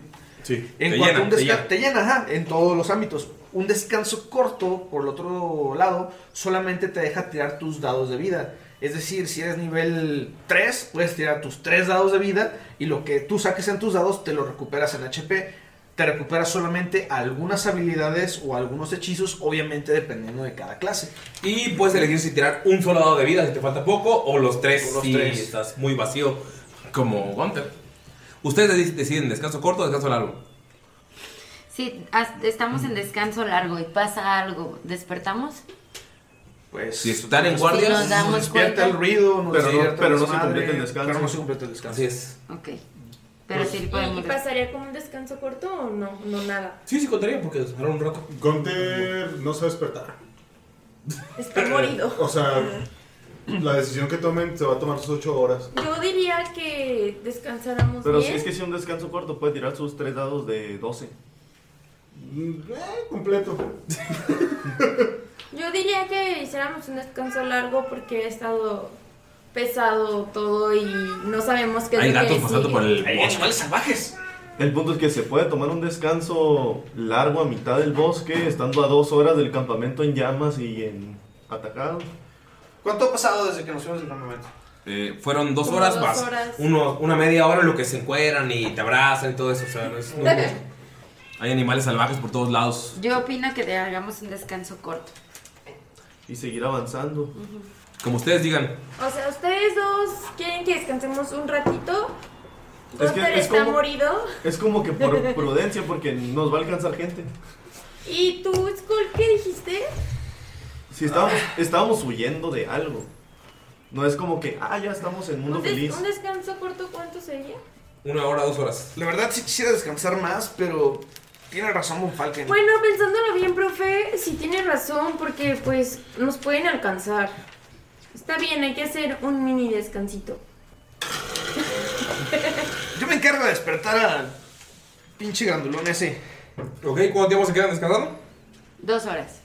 [SPEAKER 12] Sí.
[SPEAKER 6] En
[SPEAKER 12] Te
[SPEAKER 6] cuanto a
[SPEAKER 12] llena,
[SPEAKER 6] un
[SPEAKER 12] te
[SPEAKER 6] desca-
[SPEAKER 12] llena.
[SPEAKER 6] te llena, ajá, en todos los ámbitos. Un descanso corto, por el otro lado, solamente te deja tirar tus dados de vida. Es decir, si eres nivel 3, puedes tirar tus 3 dados de vida y lo que tú saques en tus dados te lo recuperas en HP. Te recuperas solamente algunas habilidades o algunos hechizos, obviamente dependiendo de cada clase.
[SPEAKER 1] Y puedes elegir si tirar un solo dado de vida si te falta poco o los tres
[SPEAKER 6] O los
[SPEAKER 1] si
[SPEAKER 6] tres.
[SPEAKER 1] estás muy vacío como Gunter. Ustedes dec- deciden descanso corto o descanso largo.
[SPEAKER 9] Sí, as- estamos en descanso largo y pasa algo. ¿Despertamos?
[SPEAKER 6] Pues
[SPEAKER 1] si están en
[SPEAKER 9] si
[SPEAKER 1] guardia,
[SPEAKER 9] nos damos
[SPEAKER 1] nos despierta
[SPEAKER 9] cuenta.
[SPEAKER 1] el ruido, nos
[SPEAKER 6] Pero no-
[SPEAKER 1] despierta
[SPEAKER 6] pero
[SPEAKER 1] el
[SPEAKER 6] no se
[SPEAKER 1] desmadre,
[SPEAKER 6] completa el descanso.
[SPEAKER 1] pero no
[SPEAKER 6] se completa el descanso.
[SPEAKER 1] Así es.
[SPEAKER 9] Ok. Pero
[SPEAKER 1] Pues-
[SPEAKER 9] sí
[SPEAKER 3] ¿Y,
[SPEAKER 9] podemos.
[SPEAKER 3] y pasaría como un descanso corto o no? No nada.
[SPEAKER 1] Sí, sí contaría porque descansaron un rato.
[SPEAKER 12] Gunter no se va a despertar.
[SPEAKER 3] Está
[SPEAKER 4] Eh,
[SPEAKER 3] morido.
[SPEAKER 12] O sea, la decisión que tomen se va a tomar sus ocho horas.
[SPEAKER 3] Yo diría que descansáramos
[SPEAKER 2] Pero si
[SPEAKER 3] bien.
[SPEAKER 2] es que si un descanso corto puede tirar sus tres dados de 12.
[SPEAKER 12] completo.
[SPEAKER 3] Yo diría que hiciéramos un descanso largo porque ha estado pesado todo y no sabemos qué es lo que sigue.
[SPEAKER 6] Hay animales salvajes.
[SPEAKER 2] El punto es que se puede tomar un descanso largo a mitad del bosque, estando a dos horas del campamento en llamas y en atacado.
[SPEAKER 6] ¿Cuánto ha pasado desde que nos fuimos del campamento?
[SPEAKER 1] Eh, fueron dos
[SPEAKER 6] Como
[SPEAKER 1] horas
[SPEAKER 6] dos
[SPEAKER 1] más.
[SPEAKER 6] horas.
[SPEAKER 1] Uno, una media hora en lo que se encueran y te abrazan y todo eso. O sea, no es- no es- hay animales salvajes por todos lados.
[SPEAKER 9] Yo opino que de- hagamos un descanso corto.
[SPEAKER 2] Y seguir avanzando.
[SPEAKER 1] Como ustedes digan.
[SPEAKER 3] O sea, ustedes dos quieren que descansemos un ratito.
[SPEAKER 2] Es que
[SPEAKER 3] Gunter
[SPEAKER 2] es
[SPEAKER 3] está
[SPEAKER 2] como-
[SPEAKER 3] morido.
[SPEAKER 2] Es como que por prudencia, porque nos va a alcanzar gente.
[SPEAKER 3] ¿Y tú, Skull, qué dijiste?
[SPEAKER 2] Si estábamos,
[SPEAKER 3] Ah.
[SPEAKER 2] estábamos huyendo de algo. No es como que, ah, ya estamos en mundo
[SPEAKER 3] ¿Un, des-
[SPEAKER 2] feliz.
[SPEAKER 3] un descanso corto cuánto sería?
[SPEAKER 1] Una hora, dos horas.
[SPEAKER 6] La verdad sí quisiera descansar más, pero tiene razón Bonfalken.
[SPEAKER 3] Bueno, pensándolo bien, profe, sí tiene razón porque pues nos pueden alcanzar. Está bien, hay que hacer un mini descansito.
[SPEAKER 6] Yo me encargo de despertar al pinche grandulón ese.
[SPEAKER 1] Ok, ¿cuánto tiempo se quedan descansando?
[SPEAKER 9] Dos horas.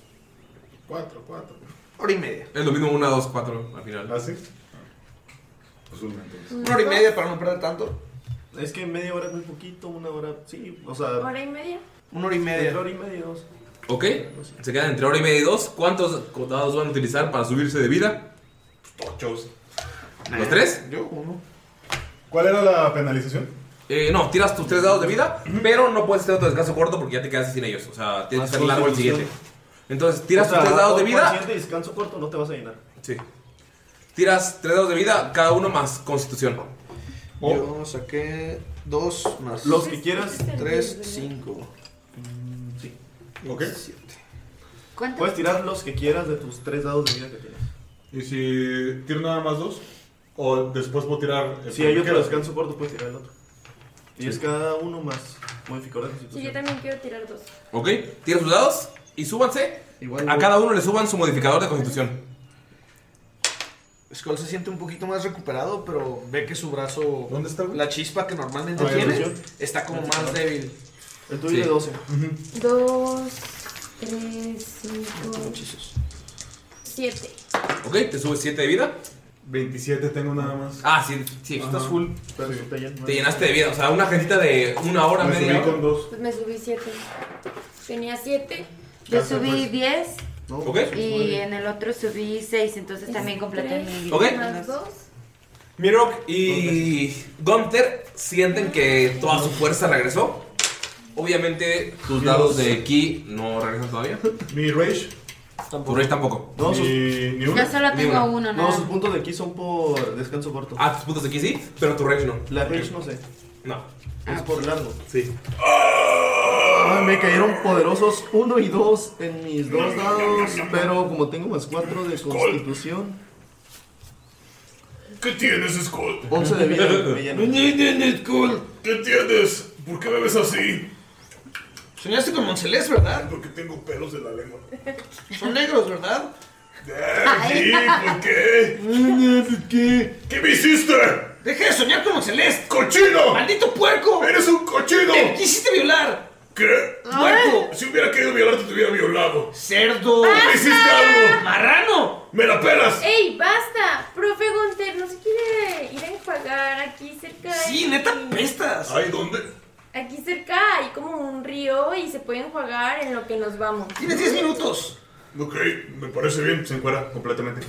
[SPEAKER 12] Cuatro, cuatro.
[SPEAKER 6] Hora y media.
[SPEAKER 1] Es lo mismo una, dos, cuatro al final.
[SPEAKER 12] ¿Ah, sí? Pues una, entonces.
[SPEAKER 6] Una hora y media para no perder tanto.
[SPEAKER 2] Es que media hora es muy poquito, una hora, sí, o sea...
[SPEAKER 3] ¿Hora y media?
[SPEAKER 6] Una hora y media.
[SPEAKER 2] Una hora y media, dos.
[SPEAKER 1] Ok, se quedan entre hora y media y dos. ¿Cuántos dados van a utilizar para subirse de vida?
[SPEAKER 2] Pues
[SPEAKER 1] Ochos. ¿Los tres?
[SPEAKER 6] Yo, uno.
[SPEAKER 12] ¿Cuál era la penalización?
[SPEAKER 1] Eh, no, tiras tus tres dados de vida, pero no puedes hacer otro descanso corto porque ya te quedaste sin ellos. O sea, tienes
[SPEAKER 2] Ah,
[SPEAKER 1] que hacer largo el siguiente. Entonces, tiras
[SPEAKER 2] O sea,
[SPEAKER 1] tus tres dados de
[SPEAKER 2] por- por
[SPEAKER 1] vida.
[SPEAKER 2] siguiente descanso corto no te vas a llenar.
[SPEAKER 1] Sí. Tiras tres dados de vida, cada uno más constitución.
[SPEAKER 2] Oh.
[SPEAKER 6] Yo saqué dos más.
[SPEAKER 1] Los que quieras.
[SPEAKER 6] Tres, cinco.
[SPEAKER 2] Mm, Sí.
[SPEAKER 12] Ok.
[SPEAKER 9] ¿Cuánto?
[SPEAKER 2] Puedes tirar los que quieras de tus tres dados de vida que tienes.
[SPEAKER 12] ¿Y si tiro nada más dos? ¿O después puedo tirar el
[SPEAKER 2] Si hay
[SPEAKER 12] primero
[SPEAKER 2] otro
[SPEAKER 12] que-
[SPEAKER 2] descanso corto, puedes tirar el otro. Y
[SPEAKER 12] Sí.
[SPEAKER 2] es cada uno más. Modificador de
[SPEAKER 3] Sí,
[SPEAKER 2] constitución.
[SPEAKER 3] yo también quiero tirar dos.
[SPEAKER 1] Ok, tira sus dados y súbanse. a cada uno le suban su modificador de constitución.
[SPEAKER 6] Skull se siente un poquito más recuperado, pero ve que su brazo.
[SPEAKER 12] ¿Dónde está?
[SPEAKER 6] La chispa que normalmente
[SPEAKER 12] Ah, ya
[SPEAKER 6] tiene
[SPEAKER 12] venció.
[SPEAKER 6] está como más
[SPEAKER 12] Veinticuatro.
[SPEAKER 6] débil.
[SPEAKER 2] El tuyo de 12.
[SPEAKER 3] Dos, tres, cinco, siete.
[SPEAKER 1] Ok, te subes 7 de vida.
[SPEAKER 12] 27 tengo nada más.
[SPEAKER 1] Ah, sí, sí.
[SPEAKER 12] Estás full.
[SPEAKER 1] Te llenaste de vida, o sea, una gentita de una hora,
[SPEAKER 12] Me
[SPEAKER 1] media
[SPEAKER 12] subí
[SPEAKER 1] hora.
[SPEAKER 12] con dos.
[SPEAKER 3] Pues me subí siete.
[SPEAKER 9] Tenía 7. Yo
[SPEAKER 1] Ya se
[SPEAKER 9] subí
[SPEAKER 6] pues.
[SPEAKER 2] pues.
[SPEAKER 1] fue.
[SPEAKER 9] 10
[SPEAKER 1] Ok.
[SPEAKER 9] y en el otro subí 6, entonces también completé mi
[SPEAKER 1] Ok.
[SPEAKER 9] Más dos.
[SPEAKER 1] Mirok y Gunther sienten que toda su fuerza regresó. Obviamente, tus dados de ki no regresan todavía.
[SPEAKER 12] Mi Rage.
[SPEAKER 1] Tu rage tampoco.
[SPEAKER 2] No, sus-
[SPEAKER 9] Yo solo
[SPEAKER 1] Ni
[SPEAKER 9] tengo
[SPEAKER 1] una.
[SPEAKER 9] uno,
[SPEAKER 2] No,
[SPEAKER 9] nada.
[SPEAKER 2] sus puntos de aquí son por descanso corto.
[SPEAKER 1] Ah, tus puntos de ki sí, pero tu rage no.
[SPEAKER 2] La rage no sé.
[SPEAKER 1] No.
[SPEAKER 2] Es por largo.
[SPEAKER 1] Sí.
[SPEAKER 2] Ah, me cayeron poderosos 1 y 2 en mis dos dados, pero como tengo más 4 de constitución.
[SPEAKER 4] ¿Qué tienes, Skull?
[SPEAKER 2] 11 de vida, me lleno.
[SPEAKER 4] ¿Qué tienes, Skull? ¿Qué tienes? ¿Por qué me ves así?
[SPEAKER 6] Soñaste con Moncelés, ¿verdad?
[SPEAKER 4] Porque tengo pelos en la lengua. Eh,
[SPEAKER 6] Son negros, ¿verdad?
[SPEAKER 4] Sí, ¿por qué? ¿Qué? ¿Qué me hiciste?
[SPEAKER 6] ¡Deja de soñar como Celeste!
[SPEAKER 4] ¡Cochino!
[SPEAKER 6] ¡Maldito puerco!
[SPEAKER 4] ¡Eres un cochino!
[SPEAKER 6] ¡Te quisiste violar!
[SPEAKER 4] ¿Qué?
[SPEAKER 6] ¡Puerco!
[SPEAKER 4] Si hubiera querido violarte, te hubiera violado.
[SPEAKER 6] ¡Cerdo!
[SPEAKER 4] ¡Me hiciste algo!
[SPEAKER 6] ¡Marrano!
[SPEAKER 4] ¡Me la pelas!
[SPEAKER 3] ¡Ey, basta! Profe Gunter, ¿no se quiere ir a enjuagar aquí cerca?
[SPEAKER 6] Sí, neta, pestas.
[SPEAKER 4] ¿Ay, dónde?
[SPEAKER 3] Aquí cerca hay como un río y se puede enjuagar en lo que nos vamos.
[SPEAKER 6] Tienes 10 minutos.
[SPEAKER 4] Ok, me parece bien. Se encuera completamente.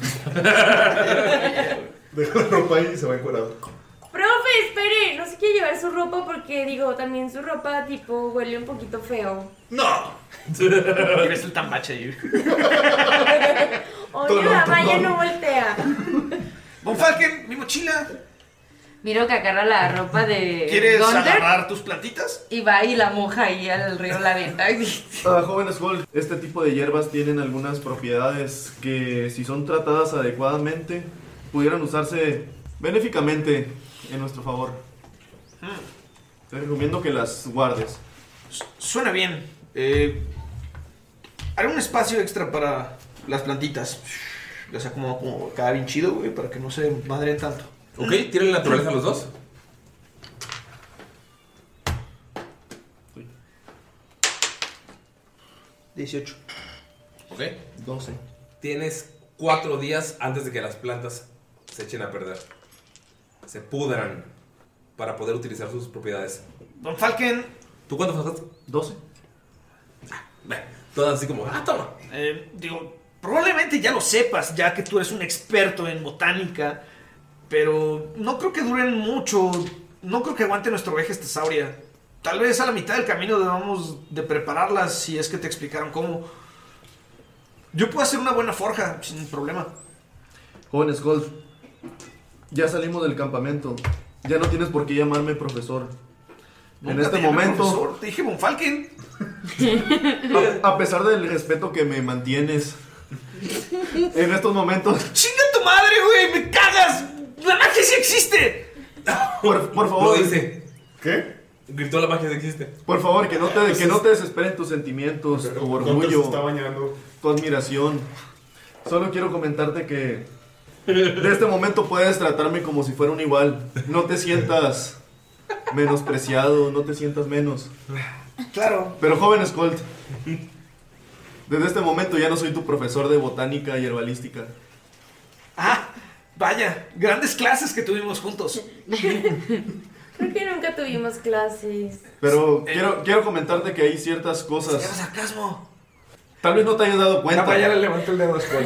[SPEAKER 12] Deja la ropa ahí y se va encuadrado.
[SPEAKER 3] Profe, espere, no se quiere llevar su ropa porque digo, también su ropa tipo huele un poquito feo.
[SPEAKER 4] ¡No!
[SPEAKER 6] y ves el tambache ahí.
[SPEAKER 3] Oye, la valla no voltea.
[SPEAKER 6] Von Falken, mi mochila.
[SPEAKER 9] Miro que agarra la ropa de
[SPEAKER 6] ¿Quieres
[SPEAKER 9] Gunther
[SPEAKER 6] agarrar tus plantitas?
[SPEAKER 9] y va y la moja ahí al río la venta.
[SPEAKER 2] Ah, jóvenes Gold, este tipo de hierbas tienen algunas propiedades que si son tratadas adecuadamente pudieran usarse benéficamente en nuestro favor.
[SPEAKER 1] Hmm.
[SPEAKER 2] Te recomiendo que las guardes.
[SPEAKER 6] Suena bien. Eh, haré un espacio extra para las plantitas. Las acomodo como cada bien chido, güey, para que no se madren tanto.
[SPEAKER 1] Ok, tienen naturaleza los dos.
[SPEAKER 6] Uy. 18.
[SPEAKER 1] Ok.
[SPEAKER 2] 12.
[SPEAKER 1] Tienes 4 días antes de que las plantas se echen a perder. Se pudran para poder utilizar sus propiedades.
[SPEAKER 6] Don Falken.
[SPEAKER 1] ¿Tú cuánto faltaste?
[SPEAKER 2] 12.
[SPEAKER 1] Todas así como, ah, toma.
[SPEAKER 6] Eh, digo, probablemente ya lo sepas, ya que tú eres un experto en botánica, pero no creo que duren mucho, no creo que aguante nuestro oveja estesauria. Tal vez a la mitad del camino debamos de prepararlas si es que te explicaron cómo. Yo puedo hacer una buena forja sin problema.
[SPEAKER 2] Jóvenes Gold, ya salimos del campamento. Ya no tienes por qué llamarme profesor. en
[SPEAKER 6] Nunca
[SPEAKER 2] este
[SPEAKER 6] te llamé
[SPEAKER 2] momento...
[SPEAKER 6] profesor, te dije Von Falken.
[SPEAKER 2] A, a pesar del respeto que me mantienes en estos momentos,
[SPEAKER 6] ¡Chinga tu madre, güey! ¡Me cagas! ¡La magia sí existe!
[SPEAKER 2] por, por favor,
[SPEAKER 1] Lo dice.
[SPEAKER 2] ¿Qué?
[SPEAKER 1] Gritó la magia que existe.
[SPEAKER 2] Por favor, que no te, que no te desesperen tus sentimientos, tu
[SPEAKER 12] Gunter
[SPEAKER 2] orgullo,
[SPEAKER 12] se está bañando.
[SPEAKER 2] tu admiración. Solo quiero comentarte que de este momento puedes tratarme como si fuera un igual. No te sientas menospreciado, no te sientas menos.
[SPEAKER 6] Claro.
[SPEAKER 2] Pero joven Skolt, desde este momento ya no soy tu profesor de botánica y herbalística.
[SPEAKER 6] Ah, Vaya, grandes clases que tuvimos juntos.
[SPEAKER 3] Creo que nunca tuvimos clases.
[SPEAKER 2] Pero
[SPEAKER 11] eh,
[SPEAKER 2] quiero, quiero comentarte que hay ciertas cosas.
[SPEAKER 6] sarcasmo!
[SPEAKER 2] Tal vez no te hayas dado cuenta.
[SPEAKER 11] vaya, le levanto el dedo a Skull.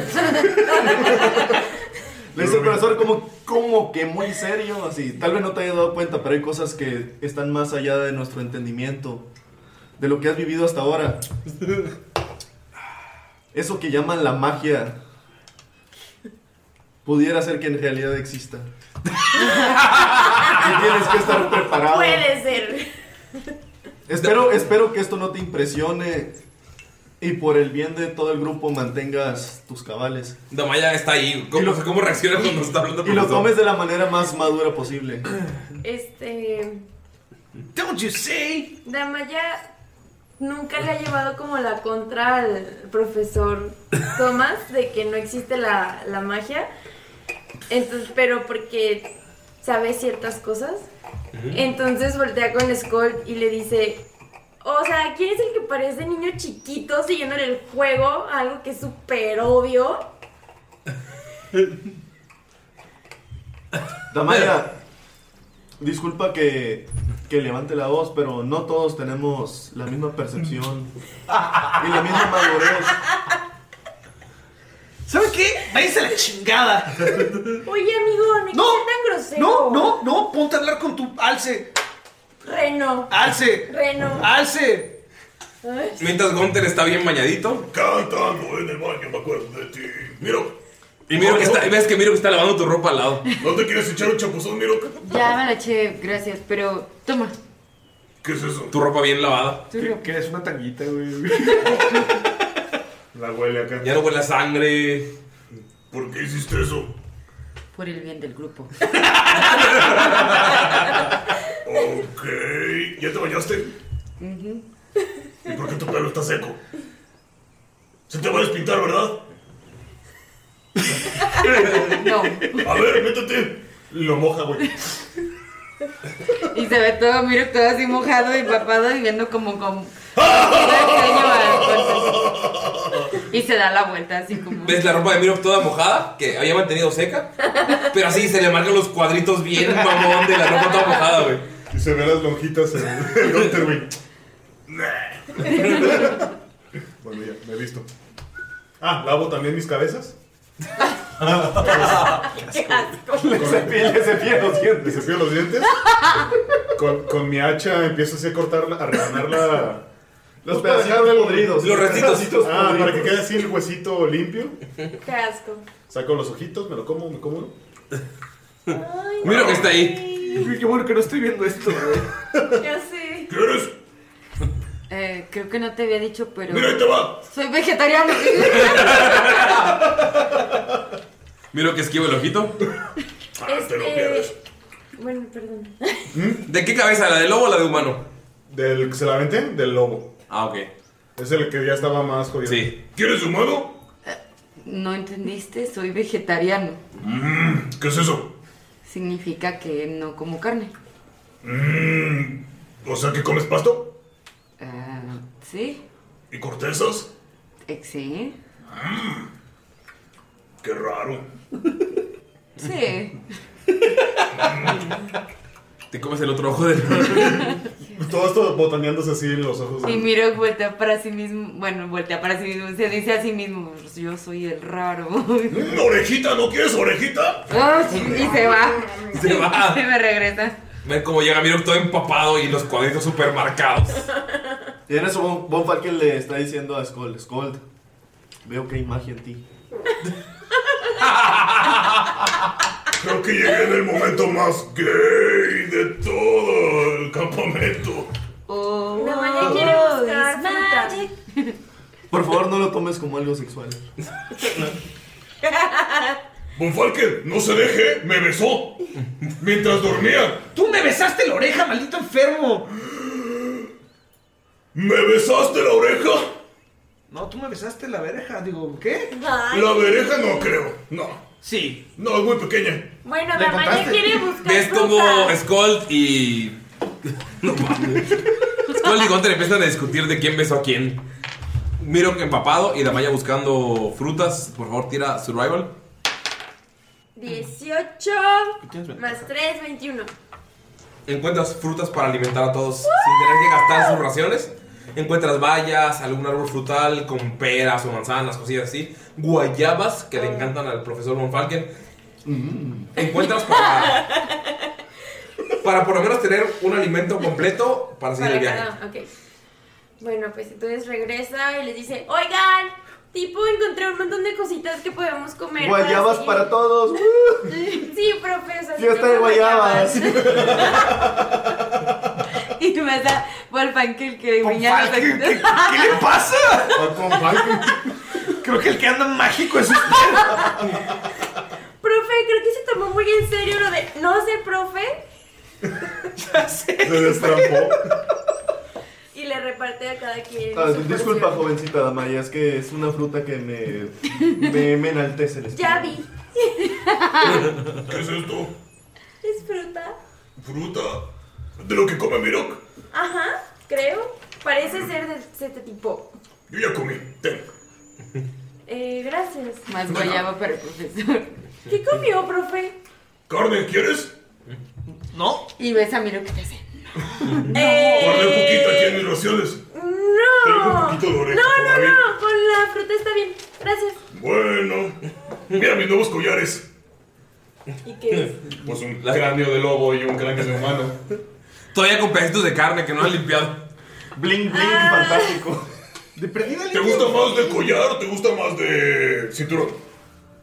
[SPEAKER 2] Le dice el profesor como, como que muy serio, así. Tal vez no te hayas dado cuenta, pero hay cosas que están más allá de nuestro entendimiento, de lo que has vivido hasta ahora. Eso que llaman la magia pudiera ser que en realidad exista. Y tienes que estar preparado.
[SPEAKER 3] Puede ser.
[SPEAKER 2] Espero, espero que esto no te impresione y por el bien de todo el grupo mantengas tus cabales.
[SPEAKER 1] Damaya está ahí. ¿Cómo, ¿cómo reacciona cuando está hablando
[SPEAKER 2] Y lo
[SPEAKER 1] profesor?
[SPEAKER 2] tomes de la manera más madura posible.
[SPEAKER 3] Este.
[SPEAKER 6] Don't you say.
[SPEAKER 3] Damaya nunca le ha llevado como la contra al profesor Thomas de que no existe la, la magia. Entonces, pero porque sabe ciertas cosas. Entonces voltea con Skull y le dice, o sea, ¿quién es el que parece niño chiquito siguiéndole el juego? Algo que es súper obvio.
[SPEAKER 2] Damaya, disculpa que, que levante la voz, pero no todos tenemos la misma percepción y la misma madurez.
[SPEAKER 6] ¿Sabes qué? Váyanse a la chingada.
[SPEAKER 3] Oye, amigo, no, no tan grosero.
[SPEAKER 6] No, no, no, ponte a hablar con tu alce.
[SPEAKER 3] Reno.
[SPEAKER 6] Alce.
[SPEAKER 3] Reno.
[SPEAKER 6] Alce.
[SPEAKER 3] Ay,
[SPEAKER 1] Mientras Gunther está bien bañadito.
[SPEAKER 4] Cantando en el baño, me acuerdo de ti. Miro.
[SPEAKER 1] Y miro que está, y ves que miro que está lavando tu ropa al lado.
[SPEAKER 4] ¿No te quieres echar un chapuzón, Miro?
[SPEAKER 9] Ya me la eché, gracias, pero toma.
[SPEAKER 4] ¿Qué es eso?
[SPEAKER 1] Tu ropa bien lavada.
[SPEAKER 11] ¿Qué, qué es una tanguita, güey?
[SPEAKER 4] La huele acá.
[SPEAKER 1] Ya no huele a sangre.
[SPEAKER 4] ¿Por qué hiciste eso?
[SPEAKER 9] Por el bien del grupo.
[SPEAKER 4] Ok. ¿Ya te bañaste?
[SPEAKER 9] Ujú.
[SPEAKER 4] ¿Y por qué tu pelo está seco? Se te va a despintar, ¿verdad?
[SPEAKER 9] No.
[SPEAKER 4] A ver, métete. Lo moja, güey.
[SPEAKER 9] Y se ve todo, miro todo así mojado y empapado y viendo como como. todo extraño a Gunther. Y se da la vuelta así como.
[SPEAKER 1] ¿Ves la ropa de Miro toda mojada? Que había mantenido seca. Pero así se le marcan los cuadritos bien mamón de la ropa toda mojada, güey.
[SPEAKER 12] Y se ven las lonjitas en el Gunter, güey. Bueno, ya, me he visto. Ah, ¿lavo también mis cabezas?
[SPEAKER 3] qué asco.
[SPEAKER 12] Le cepillo, le cepillo los dientes. Le cepillo los dientes. Con, con mi hacha empiezo así a cortar, la- a rebanar la... pues,
[SPEAKER 2] Los pedacitos
[SPEAKER 12] de
[SPEAKER 2] podridos. Los restitos.
[SPEAKER 12] Ah, para que
[SPEAKER 2] podridos.
[SPEAKER 12] quede así el huesito limpio.
[SPEAKER 3] Qué asco.
[SPEAKER 12] Saco los ojitos, me lo como, me como uno.
[SPEAKER 1] Miro que está ahí.
[SPEAKER 6] Qué bueno que no estoy viendo esto, güey.
[SPEAKER 9] Ya sé.
[SPEAKER 4] ¿Qué eres?
[SPEAKER 9] Eh, creo que no te había dicho, pero.
[SPEAKER 4] Mira, ahí te va.
[SPEAKER 9] Soy vegetariano.
[SPEAKER 1] Miro que esquiva el ojito.
[SPEAKER 3] Este... Bueno, perdón.
[SPEAKER 1] ¿De qué cabeza? ¿La del lobo o la de humano?
[SPEAKER 12] Del que se la vente, del lobo.
[SPEAKER 1] Ah, ok.
[SPEAKER 12] Es el que ya estaba más jodido.
[SPEAKER 1] Sí.
[SPEAKER 4] ¿Quieres humano?
[SPEAKER 9] No entendiste, soy vegetariano.
[SPEAKER 12] Mm,
[SPEAKER 4] Mmm, ¿Qué es eso?
[SPEAKER 9] Significa que no como carne.
[SPEAKER 4] Mmm. O sea, que comes pasto
[SPEAKER 9] Ah, ¿Sí?
[SPEAKER 4] y cortezas. Mm,
[SPEAKER 9] Eh, Sí.
[SPEAKER 4] Qué raro.
[SPEAKER 9] Sí.
[SPEAKER 1] Te comes Pues el otro ojo del.
[SPEAKER 12] Pues Todo esto botaneándose así en los ojos.
[SPEAKER 9] Y miro, voltea para sí mismo. Bueno, voltea para sí mismo. Se dice a sí mismo: "Pues Yo soy el raro.
[SPEAKER 4] Mm, orejita, ¿no quieres orejita?
[SPEAKER 9] Ah, sí, y se va.
[SPEAKER 1] Se va.
[SPEAKER 9] Se me regresa.
[SPEAKER 1] Ven cómo llega Miro todo empapado y los cuadritos super marcados.
[SPEAKER 2] Y en eso Von, Von Falken le está diciendo a Skull, Skull, veo que hay magia en ti.
[SPEAKER 4] Creo que llegué en el momento más gay de todo el campamento.
[SPEAKER 9] Oh,
[SPEAKER 3] La mañana quiere buscar
[SPEAKER 9] es
[SPEAKER 3] fruta.
[SPEAKER 9] magic.
[SPEAKER 2] Por favor, no lo tomes como algo sexual.
[SPEAKER 4] Bonfalque, no se deje, me besó. Mientras dormía.
[SPEAKER 6] Tú me besaste la oreja, maldito enfermo.
[SPEAKER 4] ¿Me besaste la oreja?
[SPEAKER 6] No, tú me besaste la verja. Digo, ¿qué?
[SPEAKER 4] La oreja no creo. No.
[SPEAKER 6] Sí.
[SPEAKER 4] No, es muy pequeña.
[SPEAKER 3] Bueno,
[SPEAKER 4] ¿Le
[SPEAKER 3] la mañana
[SPEAKER 4] contaste?
[SPEAKER 3] quiere buscar
[SPEAKER 1] ¿Ves
[SPEAKER 3] fruta.
[SPEAKER 1] como Skull y. No mames. Skull y Gunter empiezan a discutir de quién besó a quién. Miro que empapado y Damaya buscando frutas. Por favor, tira survival.
[SPEAKER 3] 18
[SPEAKER 1] tienes ventaja.
[SPEAKER 3] más 3, 21.
[SPEAKER 1] Encuentras frutas para alimentar a todos sin tener que gastar sus raciones. Encuentras bayas, algún árbol frutal con peras o manzanas, cosillas así. Guayabas que le encantan al profesor Von Falken.
[SPEAKER 6] Mm.
[SPEAKER 1] Encuentras para. Para por lo menos tener un alimento completo para seguir el
[SPEAKER 3] Para
[SPEAKER 1] viaje.
[SPEAKER 3] cada- ok. Bueno, pues entonces regresa y les dice, oigan, tipo, encontré un montón de cositas que podemos comer. para
[SPEAKER 2] Guayabas
[SPEAKER 3] seguir".
[SPEAKER 2] para todos. ¡uh!
[SPEAKER 3] Sí, profesor.
[SPEAKER 2] Fiesta de guayabas.
[SPEAKER 9] Y me da Wolfgang el que guiña los
[SPEAKER 6] ¿Qué, qué-
[SPEAKER 9] ojitos.
[SPEAKER 6] qué le pasa? Creo que el que anda mágico es usted.
[SPEAKER 3] Profe, creo que se tomó muy en serio lo de no sé, profe.
[SPEAKER 12] Se destrampó.
[SPEAKER 3] Y le reparte a cada quien.
[SPEAKER 2] Ah,
[SPEAKER 3] su
[SPEAKER 2] disculpa,
[SPEAKER 3] porción.
[SPEAKER 2] jovencita Damaya, es que es una fruta que me, me, me enaltece el espíritu.
[SPEAKER 3] Ya vi.
[SPEAKER 4] ¿Qué es esto?
[SPEAKER 3] ¿Es fruta?
[SPEAKER 4] ¿Fruta? ¿De lo que come Mirok?
[SPEAKER 3] Ajá, creo. Parece ser de este tipo.
[SPEAKER 4] Yo ya comí. Ten.
[SPEAKER 3] Eh, gracias.
[SPEAKER 9] Más guayaba para el profesor.
[SPEAKER 3] ¿Qué comió, profe?
[SPEAKER 4] ¿Carne quieres? No.
[SPEAKER 9] Y ves a Miro que te hace.
[SPEAKER 4] Guardé un poquito aquí en mis raciones. Tengo un
[SPEAKER 3] No.
[SPEAKER 4] poquito de
[SPEAKER 3] No, no,
[SPEAKER 4] oreja todavía.
[SPEAKER 3] no. Con la fruta está bien. Gracias.
[SPEAKER 4] Bueno. Mira mis nuevos collares.
[SPEAKER 3] ¿Y qué es?
[SPEAKER 4] Pues un cráneo de lobo y un cráneo de humano.
[SPEAKER 1] Todavía con pedacitos de carne que no han limpiado.
[SPEAKER 2] Bling, bling,
[SPEAKER 3] Ah.
[SPEAKER 2] fantástico.
[SPEAKER 4] De ¿Te gusta más de collar o te gusta más de cinturón?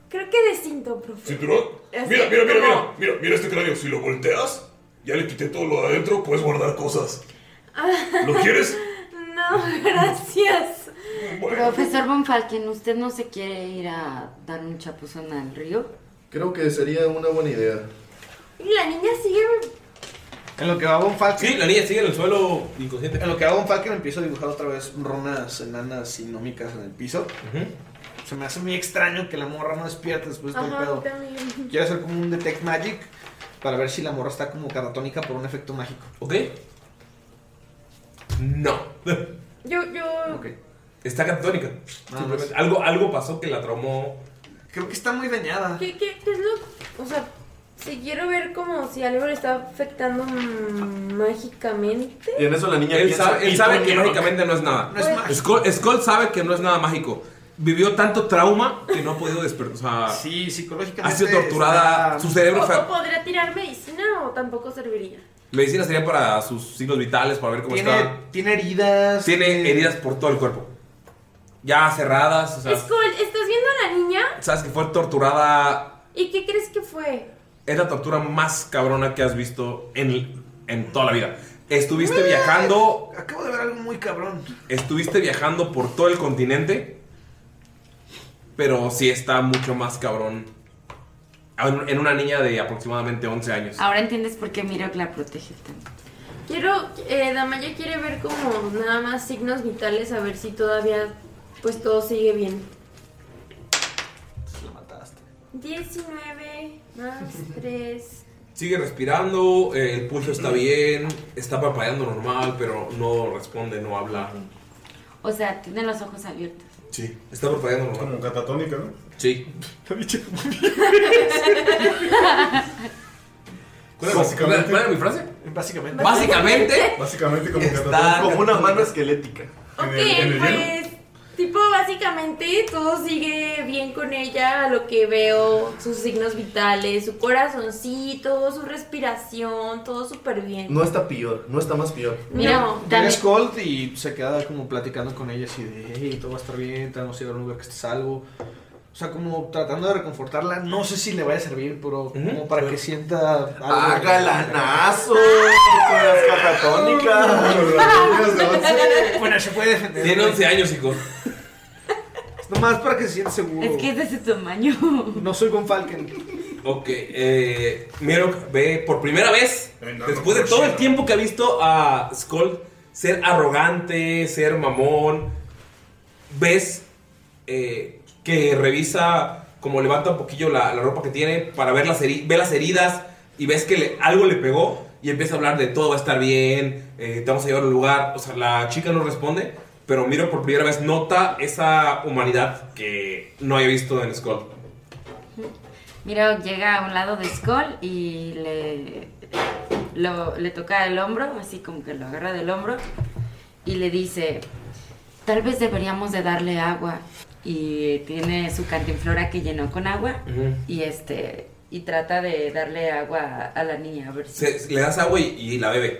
[SPEAKER 3] Creo que de cinto, profe.
[SPEAKER 4] ¿Cinturón?
[SPEAKER 3] Es
[SPEAKER 4] Mira,
[SPEAKER 3] que
[SPEAKER 4] mira, mira,
[SPEAKER 3] como-
[SPEAKER 4] mira, mira, mira este cráneo. Si lo volteas, ya le quité todo lo de adentro, puedes guardar cosas. ¿Lo quieres?
[SPEAKER 9] No,
[SPEAKER 3] gracias.
[SPEAKER 9] Profesor Von Falken, ¿usted no se quiere ir a dar un chapuzón al río?
[SPEAKER 2] Creo que sería una buena idea.
[SPEAKER 3] Y la niña sigue.
[SPEAKER 6] En lo que va Von Falken.
[SPEAKER 1] Sí, la niña sigue en el suelo inconsciente.
[SPEAKER 6] En lo que va Von Falken empiezo a dibujar otra vez ronas enanas sinómicas en el piso. Se me hace muy extraño que la morra no despierte después de todo el pedo.
[SPEAKER 3] también.
[SPEAKER 6] Quiero hacer como un detect magic para ver si la morra está como catatónica por un efecto mágico.
[SPEAKER 1] ¿Ok? No.
[SPEAKER 3] Yo, yo.
[SPEAKER 1] Está catatónica. Simplemente Algo, algo pasó que la traumó.
[SPEAKER 6] Creo que está muy dañada.
[SPEAKER 3] ¿Qué, qué, qué es lo.? O sea, si quiero ver como si algo le está afectando mm, mágicamente.
[SPEAKER 2] Y en eso la niña
[SPEAKER 1] Él
[SPEAKER 2] piensa,
[SPEAKER 1] sabe, él
[SPEAKER 2] "Y
[SPEAKER 1] sabe
[SPEAKER 2] tú,
[SPEAKER 1] que
[SPEAKER 2] Mirok".
[SPEAKER 1] mágicamente no es nada. Pues,
[SPEAKER 2] No es mágico.
[SPEAKER 1] Skull, Skull sabe que no es nada mágico. Vivió tanto trauma que no ha podido despertar. O sea,
[SPEAKER 6] sí, psicológicamente.
[SPEAKER 1] Ha sido torturada.
[SPEAKER 3] está-
[SPEAKER 1] Su cerebro.
[SPEAKER 3] O,
[SPEAKER 1] fa-
[SPEAKER 3] o podría tirar medicina o tampoco serviría.
[SPEAKER 1] Medicina sería para sus signos vitales, para ver cómo
[SPEAKER 6] Tiene,
[SPEAKER 1] está.
[SPEAKER 6] tiene heridas. eh,
[SPEAKER 1] Tiene heridas por todo el cuerpo. Ya cerradas, o sea,
[SPEAKER 3] Skull, ¿estás viendo a la niña?
[SPEAKER 1] sabes que fue torturada.
[SPEAKER 3] ¿Y qué crees que fue?
[SPEAKER 1] Es la tortura más cabrona que has visto en, en toda la vida. Estuviste viajando,
[SPEAKER 6] Acabo de ver algo muy cabrón.
[SPEAKER 1] estuviste viajando por todo el continente, pero sí está mucho más cabrón en, en una niña de aproximadamente 11 años.
[SPEAKER 9] Ahora entiendes por qué Miro la protege tanto.
[SPEAKER 3] Quiero, eh, Damaya quiere ver como nada más signos vitales, a ver si todavía, pues todo sigue bien.
[SPEAKER 6] Lo mataste.
[SPEAKER 3] 19 más 3.
[SPEAKER 1] Sigue respirando, eh, el pulso está bien, está parpadeando normal, pero no responde, no habla.
[SPEAKER 9] O sea, tiene los ojos abiertos.
[SPEAKER 1] Sí, está parpadeando normal.
[SPEAKER 12] Como catatónica, ¿no?
[SPEAKER 1] Sí.
[SPEAKER 12] ¿Cuál era básicamente?
[SPEAKER 1] ¿Cuál era mi frase?
[SPEAKER 6] Básicamente.
[SPEAKER 1] Básicamente.
[SPEAKER 12] Básicamente como
[SPEAKER 1] Está-
[SPEAKER 12] catatónica.
[SPEAKER 1] Como una
[SPEAKER 2] mano esquelética.
[SPEAKER 3] Ok, pues, tipo, básicamente todo sigue bien con ella, a lo que veo, sus signos vitales, su corazoncito, su respiración, todo súper bien.
[SPEAKER 2] No está peor, no está más peor.
[SPEAKER 3] Mira,
[SPEAKER 6] Llega
[SPEAKER 3] también-
[SPEAKER 6] Skold y se queda como platicando con ella así de, hey, todo va a estar bien, te vamos a llevar a un lugar que esté salvo. O sea, como tratando de reconfortarla. No sé si le vaya a servir, pero como para que sienta algo.
[SPEAKER 2] ¡Ah, galanazo! Con las
[SPEAKER 6] catatónicas. bueno, se puede defender.
[SPEAKER 1] Tiene 11 años, chicos.
[SPEAKER 6] Nomás para que se sienta seguro.
[SPEAKER 9] Es que es de ese tamaño.
[SPEAKER 6] No soy con Falken.
[SPEAKER 1] Ok, eh, Miro ve por primera vez,
[SPEAKER 6] Enano
[SPEAKER 1] después de todo el
[SPEAKER 6] cochino.
[SPEAKER 1] tiempo que ha visto a Skull ser arrogante, ser mamón, ves eh, que revisa, como levanta un poquillo la, la ropa que tiene para ver las, heri- ve las heridas y ves que le- algo le pegó y empieza a hablar de todo va a estar bien, eh, te vamos a llevar a un lugar. O sea, la chica no responde, pero Miro por primera vez nota esa humanidad que no había visto en Skull.
[SPEAKER 9] Miro llega a un lado de Skull y le, lo- le toca el hombro, así como que lo agarra del hombro y le dice, tal vez deberíamos de darle agua. Y tiene su cantinflora que llenó con agua y este y trata de darle agua a, a la niña a ver si...
[SPEAKER 1] Se- le das agua y, y la bebe.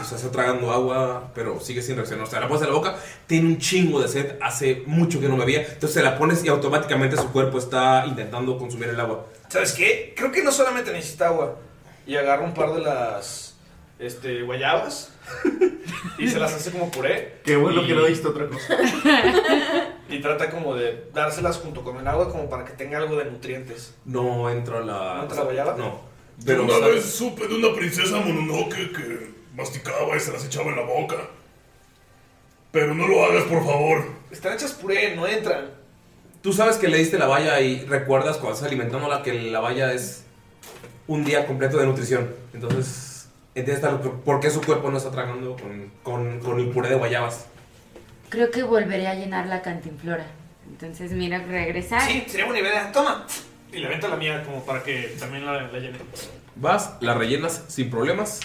[SPEAKER 1] O sea, está tragando agua, pero sigue sin reaccionar. O sea, la pones en la boca, tiene un chingo de sed, hace mucho que no bebía. Entonces se la pones y automáticamente su cuerpo está intentando consumir el agua.
[SPEAKER 6] ¿Sabes qué? Creo que no solamente necesita agua. Y agarra un par de las este, guayabas y se las hace como puré.
[SPEAKER 2] Qué bueno
[SPEAKER 6] Y-
[SPEAKER 2] que no diste otra cosa.
[SPEAKER 6] Y trata como de dárselas junto con el agua como para que tenga algo de nutrientes.
[SPEAKER 1] No entra la.
[SPEAKER 6] ¿No entra la guayaba?
[SPEAKER 1] No. Pero,
[SPEAKER 4] una
[SPEAKER 1] ¿sabes?
[SPEAKER 4] vez supe de una princesa mononoke que masticaba y se las echaba en la boca. Pero no lo hagas, por favor.
[SPEAKER 6] Están hechas puré, no entran.
[SPEAKER 1] Tú sabes que le diste la valla y recuerdas cuando estás alimentándola que la valla es un día completo de nutrición. Entonces, entiendes tal- por qué su cuerpo no está tragando con, con- con el puré de guayabas.
[SPEAKER 9] Creo que volveré a llenar la cantinflora. Entonces, mira, regresar.
[SPEAKER 6] Sí, sería buena idea. Toma. Y le venta la mía como para que también la, la llene.
[SPEAKER 1] Vas, la rellenas sin problemas.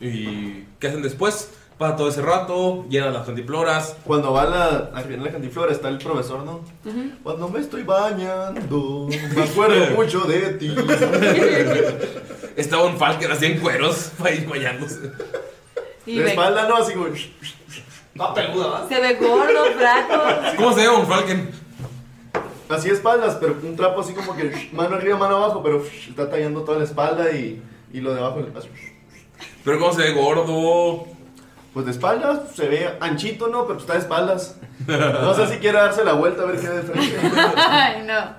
[SPEAKER 1] ¿Y qué hacen después? Pasa todo ese rato, llenas las cantifloras.
[SPEAKER 2] Cuando va la, al final la cantiflora está el profesor, ¿no?
[SPEAKER 3] pues.
[SPEAKER 2] Cuando me estoy bañando, me acuerdo mucho de ti.
[SPEAKER 1] Estaba un falker así en cueros, ahí bañándose.
[SPEAKER 9] Y ve-
[SPEAKER 2] Ah, no, así como.
[SPEAKER 6] Va peluda, ¿va?
[SPEAKER 9] Se ve gordo, flaco.
[SPEAKER 1] ¿Cómo se llama un Falken?
[SPEAKER 2] Así espaldas, pero un trapo así como que mano arriba, mano abajo, pero está tallando toda la espalda y, y lo de abajo le pasa.
[SPEAKER 1] ¿Pero cómo se ve gordo?
[SPEAKER 2] Pues de espaldas se ve anchito, ¿no? Pero está de espaldas. No sé si quiere darse la vuelta a ver qué hay de frente.
[SPEAKER 9] Ay, no.